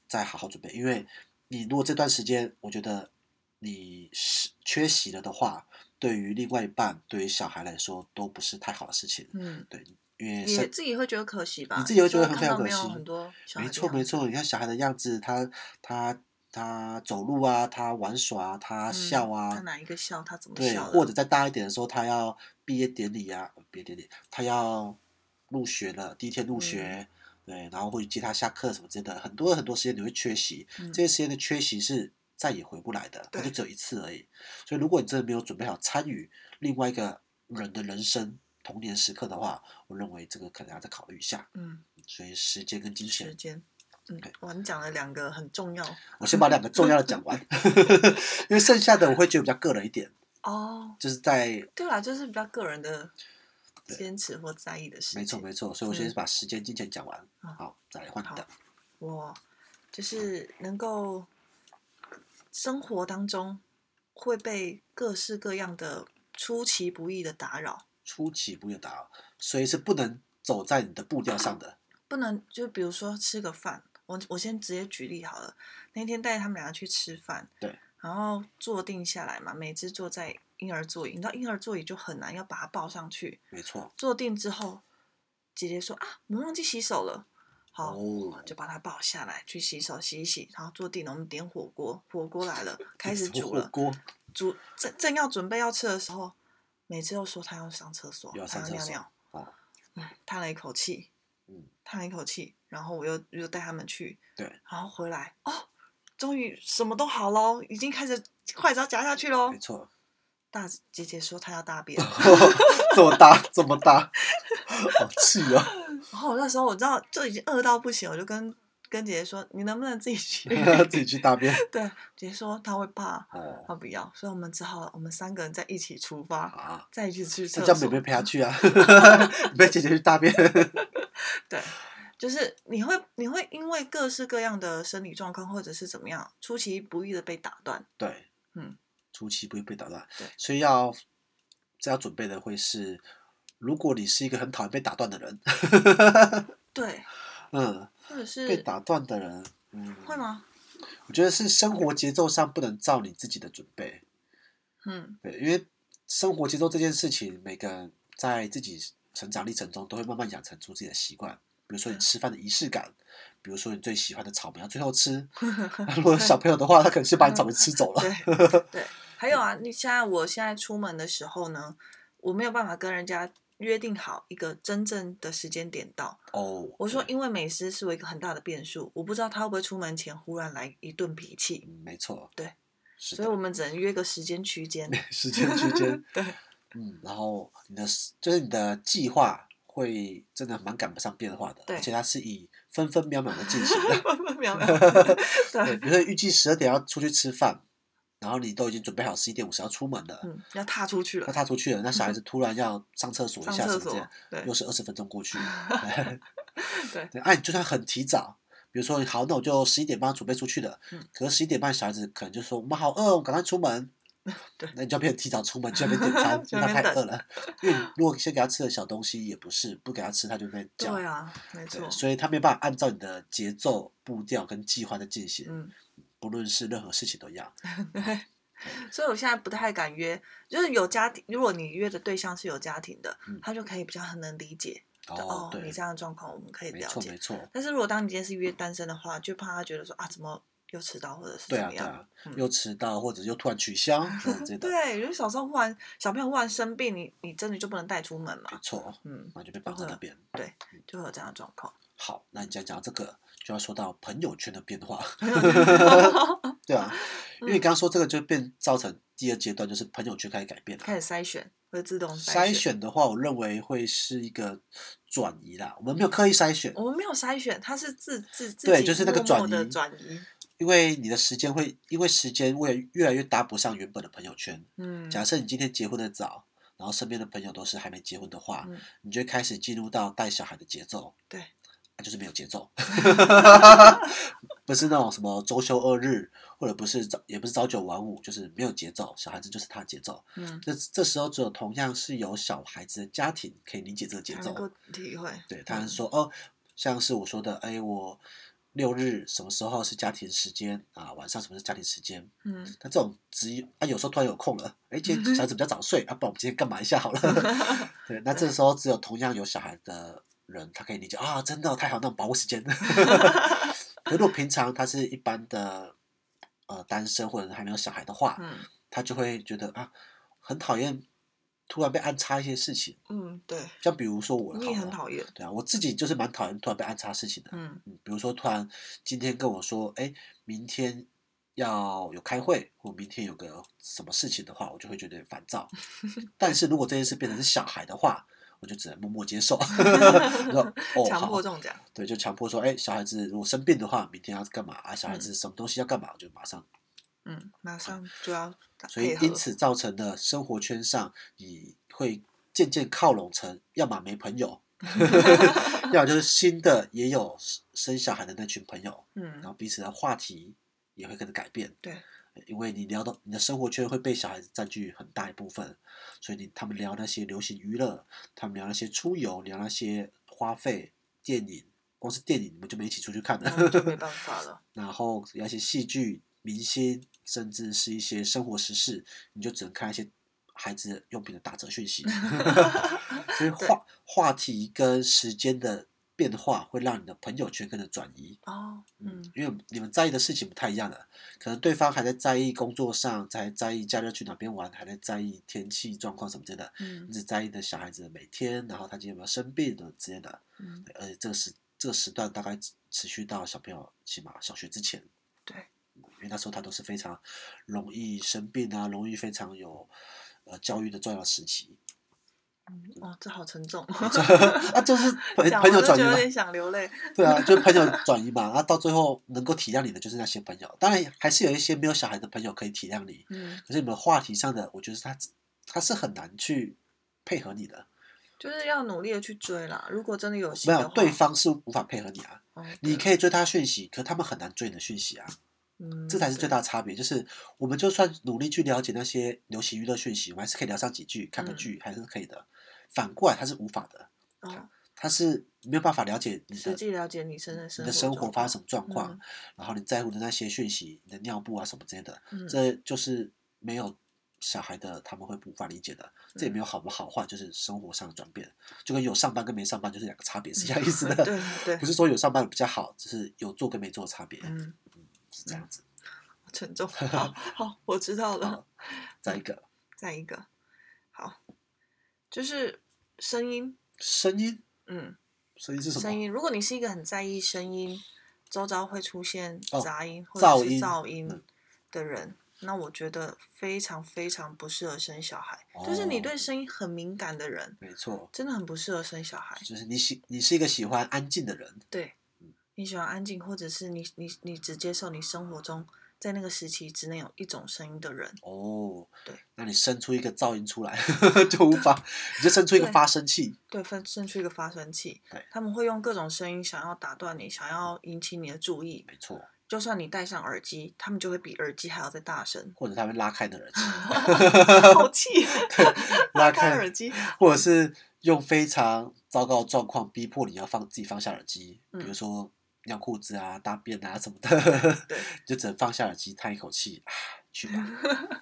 [SPEAKER 2] 再好好准备。因为你如果这段时间，我觉得你是缺席了的话，对于另外一半，对于小孩来说，都不是太好的事情。 [LAUGHS]
[SPEAKER 3] 嗯，
[SPEAKER 2] 对，因为
[SPEAKER 3] 也
[SPEAKER 2] 生
[SPEAKER 3] 自己会觉得可惜吧？
[SPEAKER 2] 你自己会觉得
[SPEAKER 3] 就
[SPEAKER 2] 很
[SPEAKER 3] 看到
[SPEAKER 2] 非常
[SPEAKER 3] 没有
[SPEAKER 2] 可惜
[SPEAKER 3] 很多小孩
[SPEAKER 2] 没
[SPEAKER 3] 的
[SPEAKER 2] 错
[SPEAKER 3] 样
[SPEAKER 2] 没
[SPEAKER 3] 子，
[SPEAKER 2] 错，你看小孩的样子，他他他走路啊，他玩耍啊，他
[SPEAKER 3] 嗯
[SPEAKER 2] 笑啊，
[SPEAKER 3] 他哪一个笑，他怎么
[SPEAKER 2] 对，
[SPEAKER 3] 笑的，
[SPEAKER 2] 或者再大一点的时候，他要毕业典礼啊，毕业典礼，他要入学了，第一天
[SPEAKER 3] 嗯
[SPEAKER 2] 入学，对，然后会接他下课什么之类的，很多很多时间你会缺席，
[SPEAKER 3] 嗯
[SPEAKER 2] 这些时间的缺席是再也回不来的，它
[SPEAKER 3] 对
[SPEAKER 2] 就只有一次而已。所以如果你真的没有准备好参与另外一个人的人生童年时刻的话，我认为这个可能要再考虑一下。
[SPEAKER 3] 嗯，
[SPEAKER 2] 所以时间跟金
[SPEAKER 3] 时
[SPEAKER 2] 钱，
[SPEAKER 3] 间。嗯，哇，你讲了两个很重要
[SPEAKER 2] 我先把两个重要的讲
[SPEAKER 3] [LAUGHS]
[SPEAKER 2] 完，因为剩下的我会觉得比较个人一点，
[SPEAKER 3] 哦。
[SPEAKER 2] 就是在
[SPEAKER 3] 对啦，就是比较个人的坚持或在意的事情。
[SPEAKER 2] 没错没错，所以我先
[SPEAKER 3] 嗯
[SPEAKER 2] 把时间、金钱讲完，
[SPEAKER 3] 嗯
[SPEAKER 2] 好，再来换你的。
[SPEAKER 3] 我就是能够生活当中会被各式各样的出其不意的打扰，
[SPEAKER 2] 出其不意的打扰，所以是不能走在你的步调上的。
[SPEAKER 3] 不能就比如说吃个饭，我我先直接举例好了。那天带他们俩去吃饭，
[SPEAKER 2] 对，
[SPEAKER 3] 然后坐定下来嘛，每次坐在婴儿座椅，你知道婴儿座椅就很难要把它抱上去。
[SPEAKER 2] 没错，
[SPEAKER 3] 坐定之后，姐姐说啊，我们忘记洗手了。好，
[SPEAKER 2] 哦，
[SPEAKER 3] 就把它抱下来去洗手洗一洗，然后坐定了，我们点火锅，火锅来
[SPEAKER 2] [LAUGHS]
[SPEAKER 3] 了，开始
[SPEAKER 2] 煮
[SPEAKER 3] 煮
[SPEAKER 2] 火
[SPEAKER 3] 了，
[SPEAKER 2] 锅，
[SPEAKER 3] 煮正正要准备要吃的时候，每次都说他要上厕所，
[SPEAKER 2] 又要
[SPEAKER 3] 他
[SPEAKER 2] 上
[SPEAKER 3] 要
[SPEAKER 2] 厕
[SPEAKER 3] 尿
[SPEAKER 2] 所
[SPEAKER 3] 尿，
[SPEAKER 2] 哦，
[SPEAKER 3] 嗯，叹了一口气，
[SPEAKER 2] 嗯，
[SPEAKER 3] 叹了一口气，然后我又又带他们去，
[SPEAKER 2] 对，
[SPEAKER 3] 然后回来哦，终于什么都好喽，已经开始筷子要夹下去喽
[SPEAKER 2] 没。错， [LAUGHS]
[SPEAKER 3] 大姐姐说她要大便，
[SPEAKER 2] 这么大，这么
[SPEAKER 3] [LAUGHS]
[SPEAKER 2] 大，好气哦！
[SPEAKER 3] 然后我那时候我知道就已经饿到不行，我就跟跟姐姐说，你能不能自己去？
[SPEAKER 2] [LAUGHS] 自己去大便
[SPEAKER 3] 对，姐姐说她会怕。
[SPEAKER 2] 哦
[SPEAKER 3] 他不要，所以我们只好我们三个人再一起出发，
[SPEAKER 2] 啊，
[SPEAKER 3] 再一起去
[SPEAKER 2] 那
[SPEAKER 3] 厕
[SPEAKER 2] 叫
[SPEAKER 3] 所
[SPEAKER 2] 妹。妹陪她去啊， [LAUGHS] 妹妹姐姐去大便，
[SPEAKER 3] 对，就是你会你会因为各式各样的生理状况或者是怎么样，出其不意的被打断。
[SPEAKER 2] 对，
[SPEAKER 3] 嗯，
[SPEAKER 2] 初期不会被打断
[SPEAKER 3] 对，
[SPEAKER 2] 所以要这要准备的会是如果你是一个很讨厌被打断的人，
[SPEAKER 3] 对，
[SPEAKER 2] 嗯，
[SPEAKER 3] 或者是
[SPEAKER 2] 被打断的人，嗯，
[SPEAKER 3] 会吗？
[SPEAKER 2] 我觉得是生活节奏上不能照你自己的准备， [LAUGHS]
[SPEAKER 3] 嗯，
[SPEAKER 2] 对，因为生活节奏这件事情，每个人在自己成长历程中都会慢慢养成出自己的习惯。比如说你吃饭的仪式感，比如说你最喜欢的草莓要最后
[SPEAKER 3] [LAUGHS]
[SPEAKER 2] 吃。如果有小朋友的话，他可能是把你草莓吃走了。
[SPEAKER 3] 对对，还有啊，你现在我现在出门的时候呢，我没有办法跟人家约定好一个真正的时间点到。
[SPEAKER 2] 哦，
[SPEAKER 3] 我说，
[SPEAKER 2] 对
[SPEAKER 3] 因为美食是我一个很大的变数，我不知道他会不会出门前忽然来一顿脾气，
[SPEAKER 2] 嗯没错，
[SPEAKER 3] 对，
[SPEAKER 2] 是
[SPEAKER 3] 所以
[SPEAKER 2] 的
[SPEAKER 3] 我，们只能约个时间
[SPEAKER 2] [LAUGHS]
[SPEAKER 3] 区间。
[SPEAKER 2] 时间区间，
[SPEAKER 3] [LAUGHS] 对，
[SPEAKER 2] 嗯，然后你的就是你的计划会真的蛮赶不上变化的，
[SPEAKER 3] 对
[SPEAKER 2] 而且它是以分分秒秒的进行的。 [LAUGHS]
[SPEAKER 3] 分分秒秒。
[SPEAKER 2] 对，
[SPEAKER 3] 对，
[SPEAKER 2] 比如说预计十二点要出去吃饭，然后你都已经准备好十一点五十要出门了，
[SPEAKER 3] 嗯，要踏出去
[SPEAKER 2] 那
[SPEAKER 3] 了，
[SPEAKER 2] 他出去了，那小孩子突然要上厕所一
[SPEAKER 3] 上
[SPEAKER 2] 下什么之
[SPEAKER 3] 厕
[SPEAKER 2] 类
[SPEAKER 3] 所
[SPEAKER 2] 的，。
[SPEAKER 3] 对
[SPEAKER 2] 又是二十分钟过去。对
[SPEAKER 3] 对，
[SPEAKER 2] 哎、你就算很提早，比如说好，那我就十一点半准备出去了，
[SPEAKER 3] 嗯
[SPEAKER 2] 可是十一点半小孩子可能就说我们好饿，我们赶快出门。
[SPEAKER 3] [LAUGHS] 对，
[SPEAKER 2] 那你就要变成提早出门去那边点餐
[SPEAKER 3] [LAUGHS] 去
[SPEAKER 2] 因
[SPEAKER 3] 那
[SPEAKER 2] 为
[SPEAKER 3] 边
[SPEAKER 2] 他太
[SPEAKER 3] 等
[SPEAKER 2] 饿了。因为你如果先给他吃的小东西也不是，不给他吃他就被叫。
[SPEAKER 3] 对啊，没
[SPEAKER 2] 对
[SPEAKER 3] 错。
[SPEAKER 2] 所以他没办法按照你的节奏、步调跟计划在进行。
[SPEAKER 3] 嗯，
[SPEAKER 2] 不论是任何事情都一样。
[SPEAKER 3] 所以我现在不太敢约，就是有家庭，如果你约的对象是有家庭的，
[SPEAKER 2] 嗯
[SPEAKER 3] 他就可以比较很能理解，就哦，
[SPEAKER 2] 对
[SPEAKER 3] 你，这样的状况我们可以
[SPEAKER 2] 没
[SPEAKER 3] 了
[SPEAKER 2] 错
[SPEAKER 3] 解
[SPEAKER 2] 没。错，
[SPEAKER 3] 但是如果当你今天是约单身的话，就怕他觉得说啊，怎么又迟到，或者是
[SPEAKER 2] 对
[SPEAKER 3] 怎
[SPEAKER 2] 啊
[SPEAKER 3] 么
[SPEAKER 2] 对
[SPEAKER 3] 样？
[SPEAKER 2] 啊，
[SPEAKER 3] 嗯
[SPEAKER 2] 又迟到或者又突然取
[SPEAKER 3] [LAUGHS]
[SPEAKER 2] 消，嗯，这种
[SPEAKER 3] 对，有啊些小时候忽然小朋友忽然生病，你你真的就不能带出门
[SPEAKER 2] 没
[SPEAKER 3] 嘛？
[SPEAKER 2] 错，
[SPEAKER 3] 嗯
[SPEAKER 2] 然，后就被绑在那边。
[SPEAKER 3] 就会有这样的状
[SPEAKER 2] [LAUGHS]
[SPEAKER 3] 况。
[SPEAKER 2] 好，那你讲讲这个，就要说到朋友圈的变化， [LAUGHS] 对啊，
[SPEAKER 3] 嗯
[SPEAKER 2] 因为你刚刚说这个就变造成第二阶段就是朋友圈开始改变了。
[SPEAKER 3] 开始筛选，会自动
[SPEAKER 2] 筛
[SPEAKER 3] 选。
[SPEAKER 2] 选的话，我认为会是一个转移啦，我们没有刻意筛选，
[SPEAKER 3] 我们没有筛选，它是自自自
[SPEAKER 2] 对
[SPEAKER 3] 己
[SPEAKER 2] 就是那个
[SPEAKER 3] 默默
[SPEAKER 2] 转移
[SPEAKER 3] 的转移。
[SPEAKER 2] 因为你的时间会因为时间会越来越搭不上原本的朋友圈，
[SPEAKER 3] 嗯，
[SPEAKER 2] 假设你今天结婚的早，然后身边的朋友都是还没结婚的话，
[SPEAKER 3] 嗯
[SPEAKER 2] 你就会开始进入到带小孩的节奏。
[SPEAKER 3] 对
[SPEAKER 2] 啊，就是没有节奏， [LAUGHS] 不是那种什么周休二日，或者不是早，也不是朝九晚五，就是没有节奏。小孩子就是他的节奏。
[SPEAKER 3] 嗯，
[SPEAKER 2] 这这时候只有同样是有小孩子的家庭可以理解这个节
[SPEAKER 3] 才能够
[SPEAKER 2] 奏。
[SPEAKER 3] 体会。
[SPEAKER 2] 对，他
[SPEAKER 3] 嗯
[SPEAKER 2] 是说哦，像是我说的，哎，我六日什么时候是家庭时间啊？晚上什么是家庭时间？
[SPEAKER 3] 嗯，
[SPEAKER 2] 那这种只有啊，有时候突然有空了，哎，今
[SPEAKER 3] [LAUGHS]
[SPEAKER 2] 天小孩子比较早睡，啊，不然我们今天干嘛一下好了。对，那这时候只有同样有小孩的人，他可以理解啊，真的太好，那我们把握时
[SPEAKER 3] [LAUGHS]
[SPEAKER 2] 间。可如果平常他是一般的呃单身或者还没有小孩的话，
[SPEAKER 3] 嗯
[SPEAKER 2] 他就会觉得啊，很讨厌突然被安插一些事情，
[SPEAKER 3] 嗯，对，
[SPEAKER 2] 像比如说我
[SPEAKER 3] 你也
[SPEAKER 2] 好
[SPEAKER 3] 很
[SPEAKER 2] 了
[SPEAKER 3] 讨厌。
[SPEAKER 2] 对啊，我自己就是蛮讨厌突然被安插事情的。
[SPEAKER 3] 嗯
[SPEAKER 2] 嗯，比如说突然今天跟我说，哎，明天要有开会，或明天有个什么事情的话，我就会觉得有点烦
[SPEAKER 3] [LAUGHS]
[SPEAKER 2] 躁。但是如果这件事变成是小孩的话，我就只能默默接
[SPEAKER 3] [LAUGHS]
[SPEAKER 2] 受， [LAUGHS] 我说哦
[SPEAKER 3] 强
[SPEAKER 2] 好
[SPEAKER 3] 迫，中奖。
[SPEAKER 2] 对，就强迫说，哎，小孩子如果生病的话，明天要干嘛啊？小孩子什么东西要干嘛，我就马上。
[SPEAKER 3] 嗯，马上就要打
[SPEAKER 2] 所以
[SPEAKER 3] 配合
[SPEAKER 2] 因此造成的生活圈上，你会渐渐靠拢成，要么没朋友， [LAUGHS] 要么就是新的也有生小孩的那群朋友。然
[SPEAKER 3] 嗯，
[SPEAKER 2] 后彼此的话题也会跟着改变。
[SPEAKER 3] 对，
[SPEAKER 2] 因为你聊到你的生活圈会被小孩子占据很大一部分，所以你他们聊那些流行娱乐，他们聊那些出游，聊那些花费、电影，光是电影你们就没一起出去看
[SPEAKER 3] 那嗯就没
[SPEAKER 2] 的。
[SPEAKER 3] 办法了。
[SPEAKER 2] [LAUGHS] 然后聊一些戏剧、明星，甚至是一些生活时事，你就只能看一些孩子用品的打折讯息。 [LAUGHS] 所
[SPEAKER 3] [LAUGHS]
[SPEAKER 2] 以话话题跟时间的变化会让你的朋友圈跟着转移。
[SPEAKER 3] 哦，
[SPEAKER 2] [LAUGHS] 嗯
[SPEAKER 3] 嗯，
[SPEAKER 2] 因为你们在意的事情不太一样了，可能对方还在在意工作上，还在意假日去哪边玩，还在在意天气状况什么之类的，你
[SPEAKER 3] 嗯
[SPEAKER 2] 只在意的小孩子的每天，然后他今天有没有生病的之类的，
[SPEAKER 3] 嗯，
[SPEAKER 2] 而且这个时这个时段大概持持续到小朋友起码小学之前，
[SPEAKER 3] 对，
[SPEAKER 2] 因为那时候他都是非常容易生病啊，容易非常有呃教育的重要时期， [LAUGHS]
[SPEAKER 3] 嗯哇，这好沉重，
[SPEAKER 2] 啊，就是朋
[SPEAKER 3] 讲
[SPEAKER 2] 朋友
[SPEAKER 3] 完都
[SPEAKER 2] 转移
[SPEAKER 3] 觉得有
[SPEAKER 2] 嘛，
[SPEAKER 3] 点想
[SPEAKER 2] [LAUGHS]
[SPEAKER 3] 流泪。 [LAUGHS]
[SPEAKER 2] 对啊，就朋友转移嘛，那啊到最后能够体谅你的就是那些朋友，当然还是有一些没有小孩的朋友可以体谅你，
[SPEAKER 3] 嗯，
[SPEAKER 2] 可是你们话题上的，我觉得他他是很难去配合你的，
[SPEAKER 3] 就是要努力的去追啦。如果真的有心
[SPEAKER 2] 没
[SPEAKER 3] 的
[SPEAKER 2] 有
[SPEAKER 3] 话，
[SPEAKER 2] 对方是无法配合你啊，
[SPEAKER 3] 哦，
[SPEAKER 2] 你
[SPEAKER 3] 对
[SPEAKER 2] 可以追他讯息，可他们很难追你的讯息啊，
[SPEAKER 3] 嗯，
[SPEAKER 2] 这才是最
[SPEAKER 3] 对
[SPEAKER 2] 大的差别，就是我们就算努力去了解那些流行娱乐讯息，我们还是可以聊上几句，看个
[SPEAKER 3] 嗯
[SPEAKER 2] 剧还是可以的。反过来它是无法的，
[SPEAKER 3] 哦，
[SPEAKER 2] 它是没有办法了解你的
[SPEAKER 3] 实际了解你真的
[SPEAKER 2] 你
[SPEAKER 3] 生
[SPEAKER 2] 的生活发生什么状况，
[SPEAKER 3] 嗯
[SPEAKER 2] 然后你在乎的那些讯息，你的尿布啊什么之类的，
[SPEAKER 3] 嗯
[SPEAKER 2] 这就是没有小孩的他们会无法理解的。这
[SPEAKER 3] 嗯
[SPEAKER 2] 也没有好不好坏，就是生活上的转变，就跟有上班跟没上班就是两个差别是一样意思的。
[SPEAKER 3] 对嗯对
[SPEAKER 2] 不是说有上班比较好，只是有做跟没做的差别，
[SPEAKER 3] 嗯，
[SPEAKER 2] 是这样子。
[SPEAKER 3] 沉重。
[SPEAKER 2] [LAUGHS]
[SPEAKER 3] 好，好，我知道了
[SPEAKER 2] 好。，再一个
[SPEAKER 3] 再一个，好，就是声音，
[SPEAKER 2] 声音，
[SPEAKER 3] 嗯，
[SPEAKER 2] 声音是什么？
[SPEAKER 3] 声音。如果你是一个很在意声音，周遭会出现
[SPEAKER 2] 哦
[SPEAKER 3] 杂音、或者
[SPEAKER 2] 噪
[SPEAKER 3] 是
[SPEAKER 2] 音
[SPEAKER 3] 噪音
[SPEAKER 2] 嗯
[SPEAKER 3] 的人，那我觉得非常非常不适合生小孩。就是你
[SPEAKER 2] 哦
[SPEAKER 3] 对声音很敏感的人，
[SPEAKER 2] 没错，
[SPEAKER 3] 真的很不适合生小孩。
[SPEAKER 2] 就是你喜你是一个喜欢安静的人，
[SPEAKER 3] 对
[SPEAKER 2] 嗯，
[SPEAKER 3] 你喜欢安静，或者是你你你只接受你生活中在那个时期只能有一种声音的人，
[SPEAKER 2] 哦，
[SPEAKER 3] 对，
[SPEAKER 2] 那你生出一个噪音出来 [LAUGHS] 就无法，你就生出一个
[SPEAKER 3] 对
[SPEAKER 2] 发声器，
[SPEAKER 3] 对，分生出一个发声器
[SPEAKER 2] 对，
[SPEAKER 3] 他们会用各种声音想要打断你，想要引起你的注意。
[SPEAKER 2] 没错，，
[SPEAKER 3] 就算你戴上耳机，他们就会比耳机还要再大声
[SPEAKER 2] [LAUGHS] 或者他会拉开你
[SPEAKER 3] [LAUGHS]
[SPEAKER 2] 的耳机，
[SPEAKER 3] 好气！
[SPEAKER 2] 拉
[SPEAKER 3] 开
[SPEAKER 2] 开
[SPEAKER 3] 耳机，
[SPEAKER 2] 或者是用非常糟糕的状况逼迫你要放自己放下耳机，比如
[SPEAKER 3] 嗯
[SPEAKER 2] 说尿裤子啊、大便啊什么的，
[SPEAKER 3] 对
[SPEAKER 2] 你 [LAUGHS] 就只能放下耳机叹一口气，啊，去
[SPEAKER 3] [LAUGHS]
[SPEAKER 2] 吧，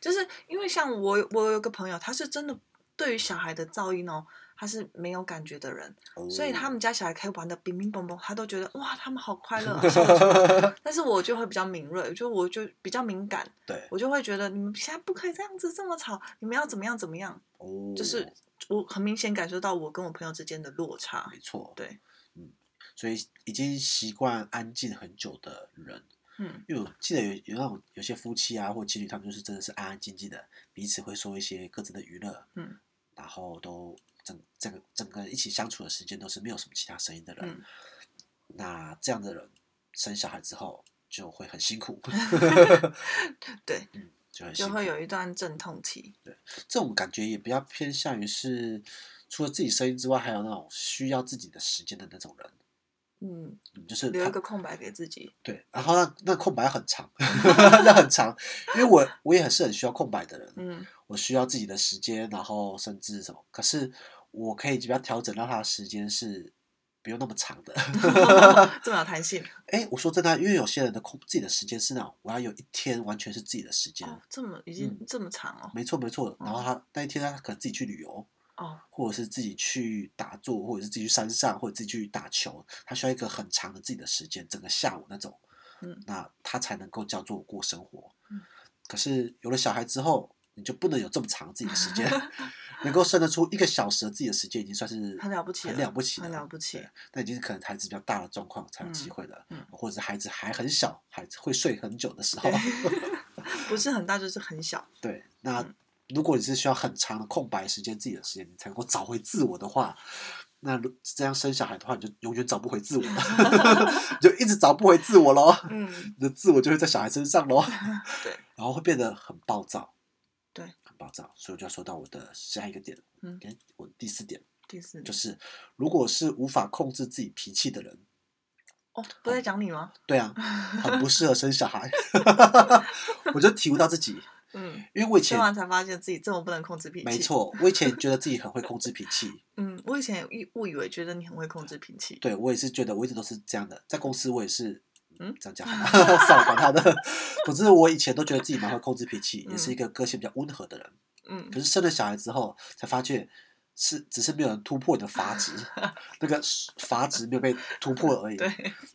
[SPEAKER 3] 就是因为像我，我有个朋友，他是真的对于小孩的噪音哦，他是没有感觉的人，
[SPEAKER 2] 哦
[SPEAKER 3] 所以
[SPEAKER 2] 嗯
[SPEAKER 3] 他们家小孩可以玩的乒乒乓乓，他都觉得哇，他们好快乐、啊。笑死
[SPEAKER 2] 哦 [LAUGHS]
[SPEAKER 3] 但是我就会比较敏锐，就我就比较敏感，
[SPEAKER 2] 对
[SPEAKER 3] 我就会觉得你们现在不可以这样子这么吵，你们要怎么样怎么样。
[SPEAKER 2] 哦，
[SPEAKER 3] 就是我很明显感受到我跟我朋友之间的落差。
[SPEAKER 2] 没错，
[SPEAKER 3] 对，
[SPEAKER 2] 嗯，所以已经习惯安静很久的人，
[SPEAKER 3] 嗯，
[SPEAKER 2] 因为我记得有有那种有些夫妻啊或情侣，他们就是真的是安安静静的，彼此会说一些各自的娱乐，
[SPEAKER 3] 嗯，
[SPEAKER 2] 然后都整整个整个一起相处的时间都是没有什么其他声音的人，
[SPEAKER 3] 嗯
[SPEAKER 2] 那这样的人生小孩之后就会很辛
[SPEAKER 3] [LAUGHS]
[SPEAKER 2] 苦，
[SPEAKER 3] 对，
[SPEAKER 2] 嗯，就很辛
[SPEAKER 3] 就
[SPEAKER 2] 苦，
[SPEAKER 3] 会有一段阵痛期。
[SPEAKER 2] 这种感觉也比较偏向于是除了自己声音之外，还有那种需要自己的时间的那种人，
[SPEAKER 3] 嗯，
[SPEAKER 2] 嗯就是
[SPEAKER 3] 留
[SPEAKER 2] 他
[SPEAKER 3] 一个空白给自己。
[SPEAKER 2] 对，然后那那空白很
[SPEAKER 3] [LAUGHS]
[SPEAKER 2] 长， [LAUGHS] 那很长，因为我我也很是很需要空白的人， [LAUGHS]
[SPEAKER 3] 嗯
[SPEAKER 2] 我需要自己的时间，然后甚至什么，可是我可以比较调整，让他的时间是不用那么长的。 [LAUGHS]
[SPEAKER 3] 这么有弹性
[SPEAKER 2] 哎，我说真的啊，因为有些人的空自己的时间是那种，我要有一天完 [LAUGHS] 全是嗯自己的时间，
[SPEAKER 3] 哦，这么已经这么长哦。
[SPEAKER 2] 没错没错。然后
[SPEAKER 3] 哦
[SPEAKER 2] 他那一天他可能自己去旅游，
[SPEAKER 3] 哦，
[SPEAKER 2] 或者是自己去打坐，或者是自己去山上，或者自己去打球，他需要一个很长的自己的时间，整个下午那种，
[SPEAKER 3] 嗯
[SPEAKER 2] 那他才能够叫做过生活。
[SPEAKER 3] 嗯
[SPEAKER 2] 可是有了小孩之后，你就不能有这么长自己的时
[SPEAKER 3] [LAUGHS]
[SPEAKER 2] 间，能够生得出一个小时的自己的时间，已经算是
[SPEAKER 3] 很了不起
[SPEAKER 2] 很
[SPEAKER 3] 了
[SPEAKER 2] 了不起
[SPEAKER 3] 很
[SPEAKER 2] 了
[SPEAKER 3] 了不起
[SPEAKER 2] 对那已经是可能孩子比较大的状况才有机
[SPEAKER 3] 嗯
[SPEAKER 2] 会的，
[SPEAKER 3] 嗯
[SPEAKER 2] 或者是孩子还很小，孩子会睡很久的时候
[SPEAKER 3] 对，不是很大就是很小。
[SPEAKER 2] 对，那
[SPEAKER 3] 嗯
[SPEAKER 2] 如果你是需要很长的空白时间、自己的时间，你才能够找回自我的话，那如这样生小孩的话，你就永远找不回自我了，
[SPEAKER 3] [LAUGHS]
[SPEAKER 2] 你就一直找不回自我喽，
[SPEAKER 3] 嗯，
[SPEAKER 2] [LAUGHS] 你的自我就会在小孩身上喽，
[SPEAKER 3] [LAUGHS] 对，
[SPEAKER 2] 然后会变得很暴躁，
[SPEAKER 3] 对，
[SPEAKER 2] 很暴躁。所以我就要说到我的下一个点，
[SPEAKER 3] 嗯
[SPEAKER 2] 跟我第四点
[SPEAKER 3] 第四
[SPEAKER 2] 就
[SPEAKER 3] 点
[SPEAKER 2] 是，如果是无法控制自己脾气的人，
[SPEAKER 3] 哦，不在讲你吗？
[SPEAKER 2] 对啊，很不适合生小
[SPEAKER 3] [LAUGHS]
[SPEAKER 2] 孩。 [LAUGHS] 我就体悟到自己，
[SPEAKER 3] 嗯，
[SPEAKER 2] 因为我以
[SPEAKER 3] 生
[SPEAKER 2] 前
[SPEAKER 3] 完才发现自己这么不能控制脾气。
[SPEAKER 2] 没。错，我以前觉得自己很会控制脾气，
[SPEAKER 3] 嗯，我以前也误误以为觉得你很会控制脾气。
[SPEAKER 2] 对我也是觉得我一直都是这样的，在公司我也是，
[SPEAKER 3] 嗯
[SPEAKER 2] 嗯，这样讲好吗？ [LAUGHS] 算了，管他的。总之，我以前都觉得自己蛮会控制脾气，也是一个个性比较温和的人。
[SPEAKER 3] 嗯
[SPEAKER 2] 可是生了小孩之后，才发觉是只是没有人突破你的阀
[SPEAKER 3] [LAUGHS]
[SPEAKER 2] 值，那个阀值没有被突破而已。
[SPEAKER 3] 对，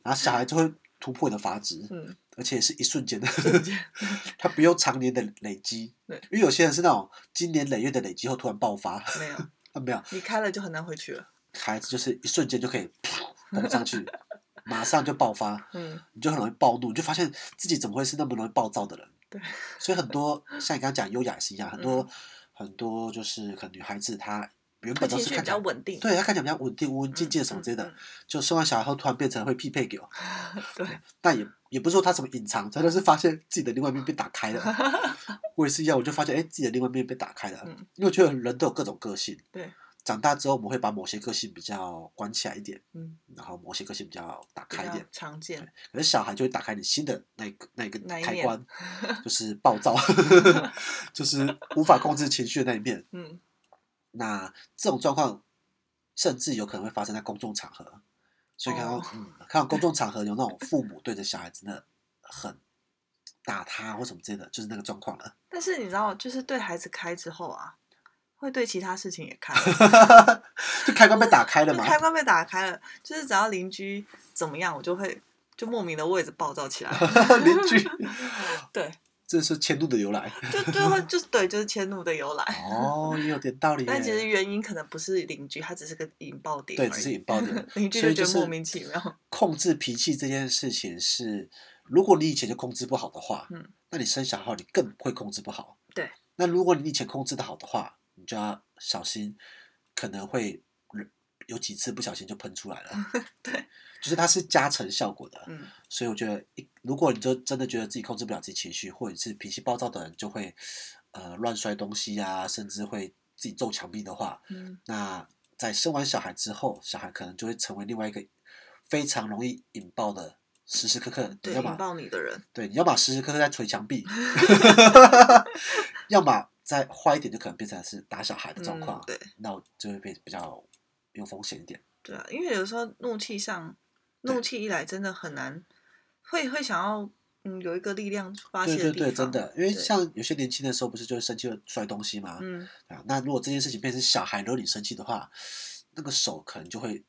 [SPEAKER 2] 然后小孩就会突破你的阀值，
[SPEAKER 3] 嗯，
[SPEAKER 2] 而且是一瞬间的，
[SPEAKER 3] 瞬间
[SPEAKER 2] [LAUGHS] 他不用常年的累积。
[SPEAKER 3] 对
[SPEAKER 2] 因为有些人是那种经年累月的累积后突然爆发，
[SPEAKER 3] 没有，
[SPEAKER 2] 啊，没有，
[SPEAKER 3] 你开了就很难回去了。
[SPEAKER 2] 孩子就是一瞬间就可以蹦上去，马上就爆发，
[SPEAKER 3] 嗯，
[SPEAKER 2] 你就很容易暴怒，你就发现自己怎么会是那么容易暴躁的人。
[SPEAKER 3] 对，
[SPEAKER 2] 所以很多像你刚刚讲优雅也是一样，很多、
[SPEAKER 3] 嗯
[SPEAKER 2] 很多就是可能女孩子她原
[SPEAKER 3] 会
[SPEAKER 2] 本都
[SPEAKER 3] 情
[SPEAKER 2] 是
[SPEAKER 3] 绪比
[SPEAKER 2] 看起
[SPEAKER 3] 较
[SPEAKER 2] 来，
[SPEAKER 3] 稳定。
[SPEAKER 2] 对她看起来比较稳定、文文
[SPEAKER 3] 嗯，
[SPEAKER 2] 静静什么之类的，
[SPEAKER 3] 嗯
[SPEAKER 2] 就生完小孩后突然变成会匹配给我，
[SPEAKER 3] 嗯对，
[SPEAKER 2] 但也也不是说她什么隐藏，她就是发现自己的另外一面被打开
[SPEAKER 3] [LAUGHS]
[SPEAKER 2] 了。我也是一样，我就发现哎、自己的另外一面被打开了，
[SPEAKER 3] 嗯
[SPEAKER 2] 因为我觉得人都有各种个性。
[SPEAKER 3] 对，
[SPEAKER 2] 长大之后，我们会把某些个性比较关起来一点，
[SPEAKER 3] 嗯，
[SPEAKER 2] 然后某些个性比较打
[SPEAKER 3] 比
[SPEAKER 2] 开一
[SPEAKER 3] 较
[SPEAKER 2] 点。
[SPEAKER 3] 常见。
[SPEAKER 2] 可是小孩就会打开你新的那一个那一个
[SPEAKER 3] 哪一
[SPEAKER 2] 开
[SPEAKER 3] 面
[SPEAKER 2] 关，
[SPEAKER 3] [LAUGHS]
[SPEAKER 2] 就是暴躁，就是无法控制情绪的那一面。
[SPEAKER 3] 嗯，
[SPEAKER 2] 那这种状况甚至有可能会发生在公众场合，所以看到、
[SPEAKER 3] 哦 [LAUGHS]
[SPEAKER 2] 嗯看到公众场合有那种父母对着小孩真的很打他或什么之类的，就是那个状况了。 [LAUGHS]
[SPEAKER 3] 但是你知道，就是对孩子开之后啊，会对其他事情也
[SPEAKER 2] [LAUGHS]
[SPEAKER 3] 开，
[SPEAKER 2] 就开关被打开了
[SPEAKER 3] 就
[SPEAKER 2] 嘛，
[SPEAKER 3] 开关被打开了。就是只要邻居怎么样，我就会就莫名的为着暴躁起
[SPEAKER 2] [LAUGHS]
[SPEAKER 3] 来。
[SPEAKER 2] 邻居，
[SPEAKER 3] 对，
[SPEAKER 2] 这是迁怒的由来。
[SPEAKER 3] 就就会就是对，就是迁怒的由
[SPEAKER 2] [LAUGHS]
[SPEAKER 3] 来。
[SPEAKER 2] 哦，也有点道理耶。
[SPEAKER 3] 但其实原因可能不是邻居，他只是个引爆点
[SPEAKER 2] 对，
[SPEAKER 3] 而已。，
[SPEAKER 2] 只是引爆点
[SPEAKER 3] [LAUGHS] 邻居
[SPEAKER 2] 所以
[SPEAKER 3] 就觉
[SPEAKER 2] 是
[SPEAKER 3] 得莫名其妙。
[SPEAKER 2] 控制脾气这件事情是，如果你以前就控制不好的话，
[SPEAKER 3] 嗯，
[SPEAKER 2] 那你生小孩你更会控制不好。
[SPEAKER 3] 对，
[SPEAKER 2] 那如果你以前控制的好的话，你就要小心，可能会有几次不小心就喷出来了。
[SPEAKER 3] [LAUGHS] 对，
[SPEAKER 2] 就是它是加成效果的。
[SPEAKER 3] 嗯，
[SPEAKER 2] 所以我觉得一，如果你就真的觉得自己控制不了自己情绪，或者是脾气暴躁的人，就会呃乱摔东西啊，甚至会自己揍墙壁的话，
[SPEAKER 3] 嗯
[SPEAKER 2] 那在生完小孩之后，小孩可能就会成为另外一个非常容易引爆的，时时刻刻你
[SPEAKER 3] 对，
[SPEAKER 2] 要
[SPEAKER 3] 引
[SPEAKER 2] 么
[SPEAKER 3] 爆你的人，
[SPEAKER 2] 对你要么时时刻刻在捶墙
[SPEAKER 3] [LAUGHS]
[SPEAKER 2] 壁，要么再坏一点就可能变成是打小孩的状况，
[SPEAKER 3] 嗯，对
[SPEAKER 2] 那我就会变比较有风险一点。
[SPEAKER 3] 对啊，因为有时候怒气上，
[SPEAKER 2] 对
[SPEAKER 3] 怒气一来真的很难，会会想要嗯有一个力量发
[SPEAKER 2] 对
[SPEAKER 3] 泄
[SPEAKER 2] 对
[SPEAKER 3] 的地
[SPEAKER 2] 对，
[SPEAKER 3] 方，
[SPEAKER 2] 真的，因为
[SPEAKER 3] 对
[SPEAKER 2] 像有些年轻的时候不是就会生气会摔东西嘛，
[SPEAKER 3] 嗯，
[SPEAKER 2] 啊，那如果这件事情变成小孩惹你生气的话，那个手可能就会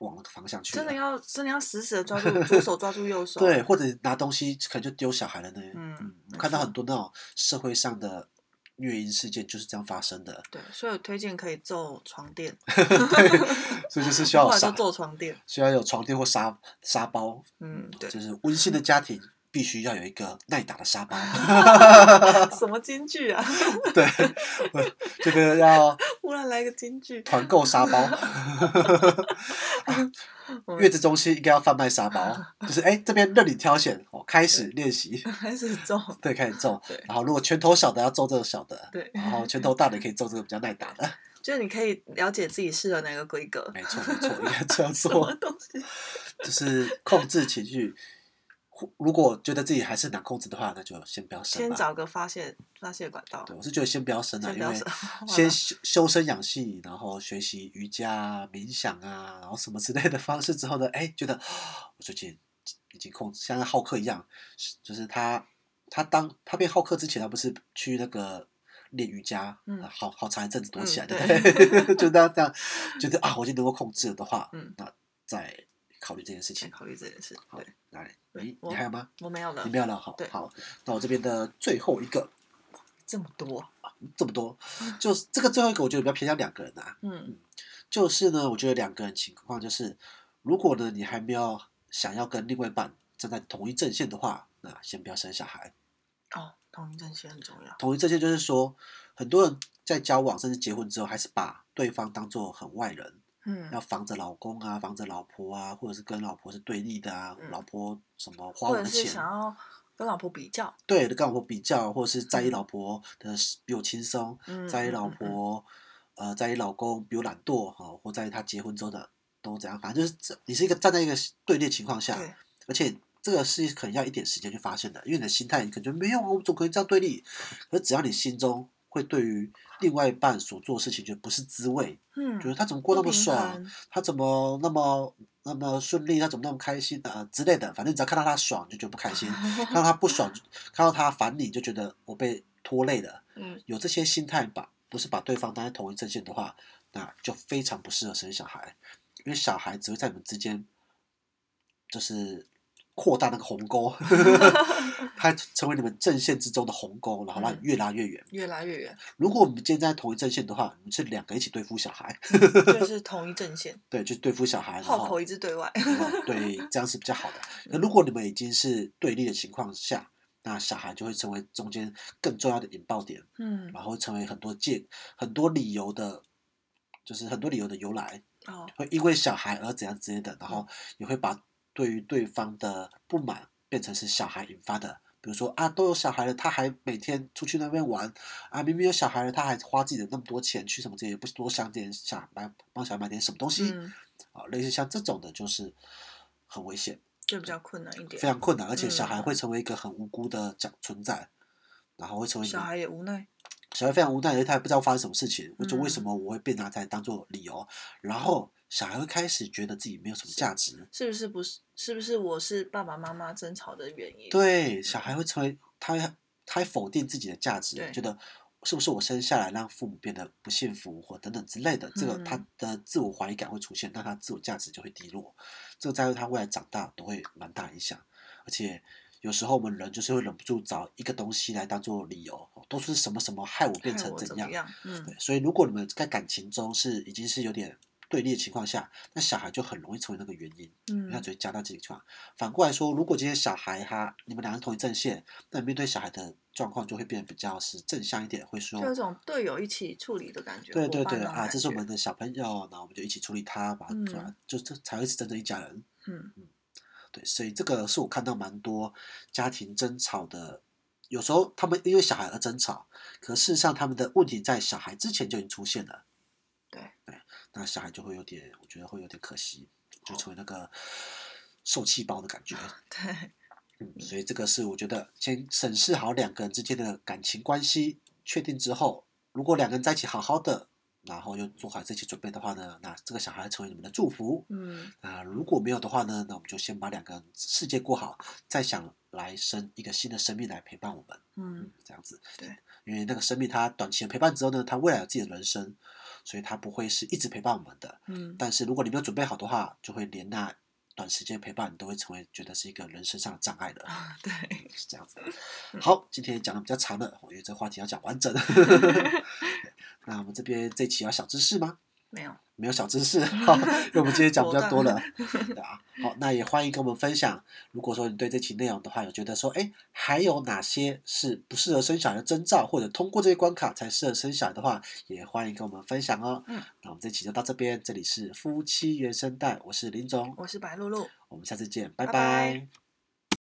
[SPEAKER 2] 往那个方向去了。
[SPEAKER 3] 真的要真的要死死
[SPEAKER 2] [LAUGHS]
[SPEAKER 3] 的抓住左手抓住右手，
[SPEAKER 2] 对，或者拿东西可能就丢小孩了呢。
[SPEAKER 3] 嗯
[SPEAKER 2] 我
[SPEAKER 3] 没
[SPEAKER 2] 看到
[SPEAKER 3] 错
[SPEAKER 2] 很多那种社会上的虐婴事件就是这样发生的，
[SPEAKER 3] 对，所以我推荐可以揍床垫，
[SPEAKER 2] [LAUGHS] 所以 [LAUGHS] 就是需要
[SPEAKER 3] 后
[SPEAKER 2] 有
[SPEAKER 3] 来就
[SPEAKER 2] 沙，
[SPEAKER 3] 揍床垫，
[SPEAKER 2] 需要有床垫或沙沙包，
[SPEAKER 3] 嗯，
[SPEAKER 2] [LAUGHS]
[SPEAKER 3] 对，
[SPEAKER 2] 就是温馨的家庭必须要有一个耐打的沙 [LAUGHS] 包。
[SPEAKER 3] 什么京剧啊？ [LAUGHS]
[SPEAKER 2] 对，这个要
[SPEAKER 3] 忽然来个京剧，
[SPEAKER 2] 团购沙 [LAUGHS] 包。
[SPEAKER 3] 我
[SPEAKER 2] 月
[SPEAKER 3] 们
[SPEAKER 2] 子中心应该要贩卖沙包，就是哎、这边任你挑选，哦，开始练习。
[SPEAKER 3] [LAUGHS] 开始揍，
[SPEAKER 2] 对，开始揍 [LAUGHS]
[SPEAKER 3] 对。
[SPEAKER 2] 然后如果拳头小的要揍这个小的，
[SPEAKER 3] 对
[SPEAKER 2] 然后拳头大的也可以揍这个比较耐打的。
[SPEAKER 3] 就是你可以了解自己适合哪个规格，
[SPEAKER 2] 没错，没错，应该这样
[SPEAKER 3] 什么
[SPEAKER 2] 做，
[SPEAKER 3] 东西，
[SPEAKER 2] 就是控制情绪。或如果觉得自己还是难控制的话，那就先不要生
[SPEAKER 3] 先
[SPEAKER 2] 吧。
[SPEAKER 3] 找个发泄发泄管道
[SPEAKER 2] 对，，我是觉得先不要生啊，
[SPEAKER 3] 先不
[SPEAKER 2] 因
[SPEAKER 3] 要
[SPEAKER 2] 为
[SPEAKER 3] 说， [LAUGHS]
[SPEAKER 2] 先修修身养性，然后学习瑜伽啊、冥想啊，然后什么之类的方式之后呢，哎，觉得啊我最近已经控制，像那浩克一样，是就是他他当他变浩克之前，他不是去那个练瑜伽，
[SPEAKER 3] 嗯
[SPEAKER 2] 啊好好长一阵子躲起来
[SPEAKER 3] 嗯
[SPEAKER 2] 的，
[SPEAKER 3] 对
[SPEAKER 2] 对 [LAUGHS] 就这样这样，觉得啊，我已经能够控制了的话，
[SPEAKER 3] 嗯
[SPEAKER 2] 那再考虑这件事情。
[SPEAKER 3] 先考虑这件事。
[SPEAKER 2] 好
[SPEAKER 3] 对，
[SPEAKER 2] 来，
[SPEAKER 3] 对
[SPEAKER 2] 你
[SPEAKER 3] 我
[SPEAKER 2] 你还有吗？
[SPEAKER 3] 我没有了
[SPEAKER 2] 你，没有了，好
[SPEAKER 3] 对
[SPEAKER 2] 好，那我这边的最后一个
[SPEAKER 3] 这么多，
[SPEAKER 2] 这么多，就是这个最后一个，我觉得比较偏向两个人啊，
[SPEAKER 3] 嗯
[SPEAKER 2] 就是呢，我觉得两个人情况就是，如果呢你还没有想要跟另外一半站在同一阵线的话，那先不要生小孩。
[SPEAKER 3] 哦，同一阵线很重要，
[SPEAKER 2] 同一阵线就是说，很多人在交往甚至结婚之后，还是把对方当做很外人，要
[SPEAKER 3] 嗯，
[SPEAKER 2] 防着老公啊，防着老婆啊，或者是跟老婆是对立的啊，
[SPEAKER 3] 嗯
[SPEAKER 2] 老婆什么花
[SPEAKER 3] 或
[SPEAKER 2] 我
[SPEAKER 3] 者
[SPEAKER 2] 的
[SPEAKER 3] 是
[SPEAKER 2] 钱，
[SPEAKER 3] 想要跟老婆比较，
[SPEAKER 2] 对，跟老婆比较，或者是在意老婆的比我轻松，
[SPEAKER 3] 嗯，
[SPEAKER 2] 在意
[SPEAKER 3] 嗯
[SPEAKER 2] 老，
[SPEAKER 3] 嗯嗯
[SPEAKER 2] 婆，呃，在意老公比我懒惰哈，或在意他结婚之后的都怎样，反正就是这你是一个站在一个对立情况下，
[SPEAKER 3] 对，
[SPEAKER 2] 而且这个是可能要一点时间去发现的，因为你的心态你可能觉得没有啊，我怎么可能这样对立？可是只要你心中会对于另外一半所做的事情觉得不是滋味，
[SPEAKER 3] 嗯，
[SPEAKER 2] 觉得他怎么过那么爽，
[SPEAKER 3] 不平衡，
[SPEAKER 2] 他怎么那么那么顺利，他怎么那么开心啊、呃之类的，反正只要看到他爽你就觉得不开心，看到他不爽，看到他烦你就觉得我被拖累了。
[SPEAKER 3] 嗯，
[SPEAKER 2] 有这些心态把不是把对方当成同一阵线的话，那就非常不适合生小孩，因为小孩只会在你们之间就是扩大那个鸿沟， [LAUGHS] 它成为你们阵线之中的鸿沟，然后让你越拉越远。
[SPEAKER 3] 越来越
[SPEAKER 2] [LAUGHS]
[SPEAKER 3] 远，
[SPEAKER 2] 如果我们今天站在同一阵线的话，你们是两个一起对付小孩，
[SPEAKER 3] 就是同一阵
[SPEAKER 2] [LAUGHS]
[SPEAKER 3] 线，
[SPEAKER 2] 对，就对付小孩，然
[SPEAKER 3] 炮口
[SPEAKER 2] 后
[SPEAKER 3] 一致对外，
[SPEAKER 2] 对，这样是比较好的。那如果你们已经是对立的情况下，那小孩就会成为中间更重要的引爆点。
[SPEAKER 3] 嗯，
[SPEAKER 2] 然后成为很多借很多理由的，就是很多理由的由来，
[SPEAKER 3] 哦，
[SPEAKER 2] 会因为小孩而怎样之类的，然后也会把对于对方的不满变成是小孩引发的。比如说啊，都有小孩了，他还每天出去那边玩啊，明明有小孩了，他还花自己的那么多钱去什么这些，不多想点想买帮小孩买点什么东西、
[SPEAKER 3] 嗯，
[SPEAKER 2] 啊，类似像这种的，就是很危险。
[SPEAKER 3] 就比较困难一点
[SPEAKER 2] 非，常困难，而且
[SPEAKER 3] 嗯
[SPEAKER 2] 小孩会成为一个很无辜的讲存在，然后会成为你
[SPEAKER 3] 小
[SPEAKER 2] 们
[SPEAKER 3] 孩也无奈，
[SPEAKER 2] 小孩非常无奈，因为他也不知道发生什么事情，或者
[SPEAKER 3] 嗯
[SPEAKER 2] 为什么我会被拿来当做理由，然后小孩会开始觉得自己没有什么价值，
[SPEAKER 3] 是不是不是？是不是我是爸爸妈妈争吵的原因？，
[SPEAKER 2] 对，小孩会成为他会他会否定自己的价值
[SPEAKER 3] 对，
[SPEAKER 2] 觉得是不是我生下来让父母变得不幸福或等等之类的，这个
[SPEAKER 3] 嗯
[SPEAKER 2] 他的自我怀疑感会出现，那他自我价值就会低落，这个在他未来长大都会蛮大影响，而且。有时候我们人就是会忍不住找一个东西来当做理由，哦都是什么什么害我变
[SPEAKER 3] 害
[SPEAKER 2] 成
[SPEAKER 3] 我
[SPEAKER 2] 怎
[SPEAKER 3] 怎
[SPEAKER 2] 样
[SPEAKER 3] 么，样？嗯
[SPEAKER 2] 对，所以如果你们在感情中是已经是有点对立的情况下，那小孩就很容易成为那个原因，因为他
[SPEAKER 3] 嗯
[SPEAKER 2] 只会加大自己的情况。反过来说，如果今天小孩他你们两个是同一阵线，那你面对小孩的状况就会变得比较是正向一点，会说
[SPEAKER 3] 就有一种队友一起处理的感觉，
[SPEAKER 2] 哦对
[SPEAKER 3] 伙
[SPEAKER 2] 对
[SPEAKER 3] 伴
[SPEAKER 2] 对
[SPEAKER 3] 那种
[SPEAKER 2] 啊，
[SPEAKER 3] 感
[SPEAKER 2] 这是我
[SPEAKER 3] 觉
[SPEAKER 2] 们的小朋友，然后我们就一起处理他，把他
[SPEAKER 3] 嗯
[SPEAKER 2] 抓，就这才会是真正一家人。
[SPEAKER 3] 嗯
[SPEAKER 2] 对，所以这个是我看到蛮多家庭争吵的，有时候他们因为小孩而争吵，可事实上他们的问题在小孩之前就已经出现了。
[SPEAKER 3] 对
[SPEAKER 2] 对，那小孩就会有点，我觉得会有点可惜，就成为那个受气包的感觉。
[SPEAKER 3] 对，
[SPEAKER 2] 嗯，所以这个是我觉得先审视好两个人之间的感情关系，确定之后，如果两个人在一起好好的，然后又做好这些准备的话呢，那这个小孩成为你们的祝福，
[SPEAKER 3] 嗯
[SPEAKER 2] 那如果没有的话呢，那我们就先把两个世界过好，再想来生一个新的生命来陪伴我们，
[SPEAKER 3] 嗯
[SPEAKER 2] 嗯，这样子。
[SPEAKER 3] 对，
[SPEAKER 2] 因为那个生命它短期的陪伴之后呢，它未来有自己的人生，所以它不会是一直陪伴我们的。
[SPEAKER 3] 嗯，
[SPEAKER 2] 但是如果你没有准备好的话，就会连那短时间陪伴都会成为觉得是一个人身上的障碍的，
[SPEAKER 3] 啊 [LAUGHS] 对，
[SPEAKER 2] 是这样子。好，今天讲的比较长了，我觉得这个话题要讲完整。那我们这边这期要小知识吗？
[SPEAKER 3] 没有，
[SPEAKER 2] 没有小知识，哈，因为我们今天讲比较多了，对啊。好，那也欢迎跟我们分享，如果说你对这期内容的话，有觉得说，哎，还有哪些是不适合生小孩的征兆，或者通过这些关卡才适合生小孩的话，也欢迎跟我们分享哦。
[SPEAKER 3] 嗯，
[SPEAKER 2] 那我们这期就到这边，这里是夫妻原声带，我是林总，
[SPEAKER 3] 我是白露露。
[SPEAKER 2] 我们下次见，
[SPEAKER 3] 拜
[SPEAKER 2] 拜
[SPEAKER 3] 拜
[SPEAKER 2] 拜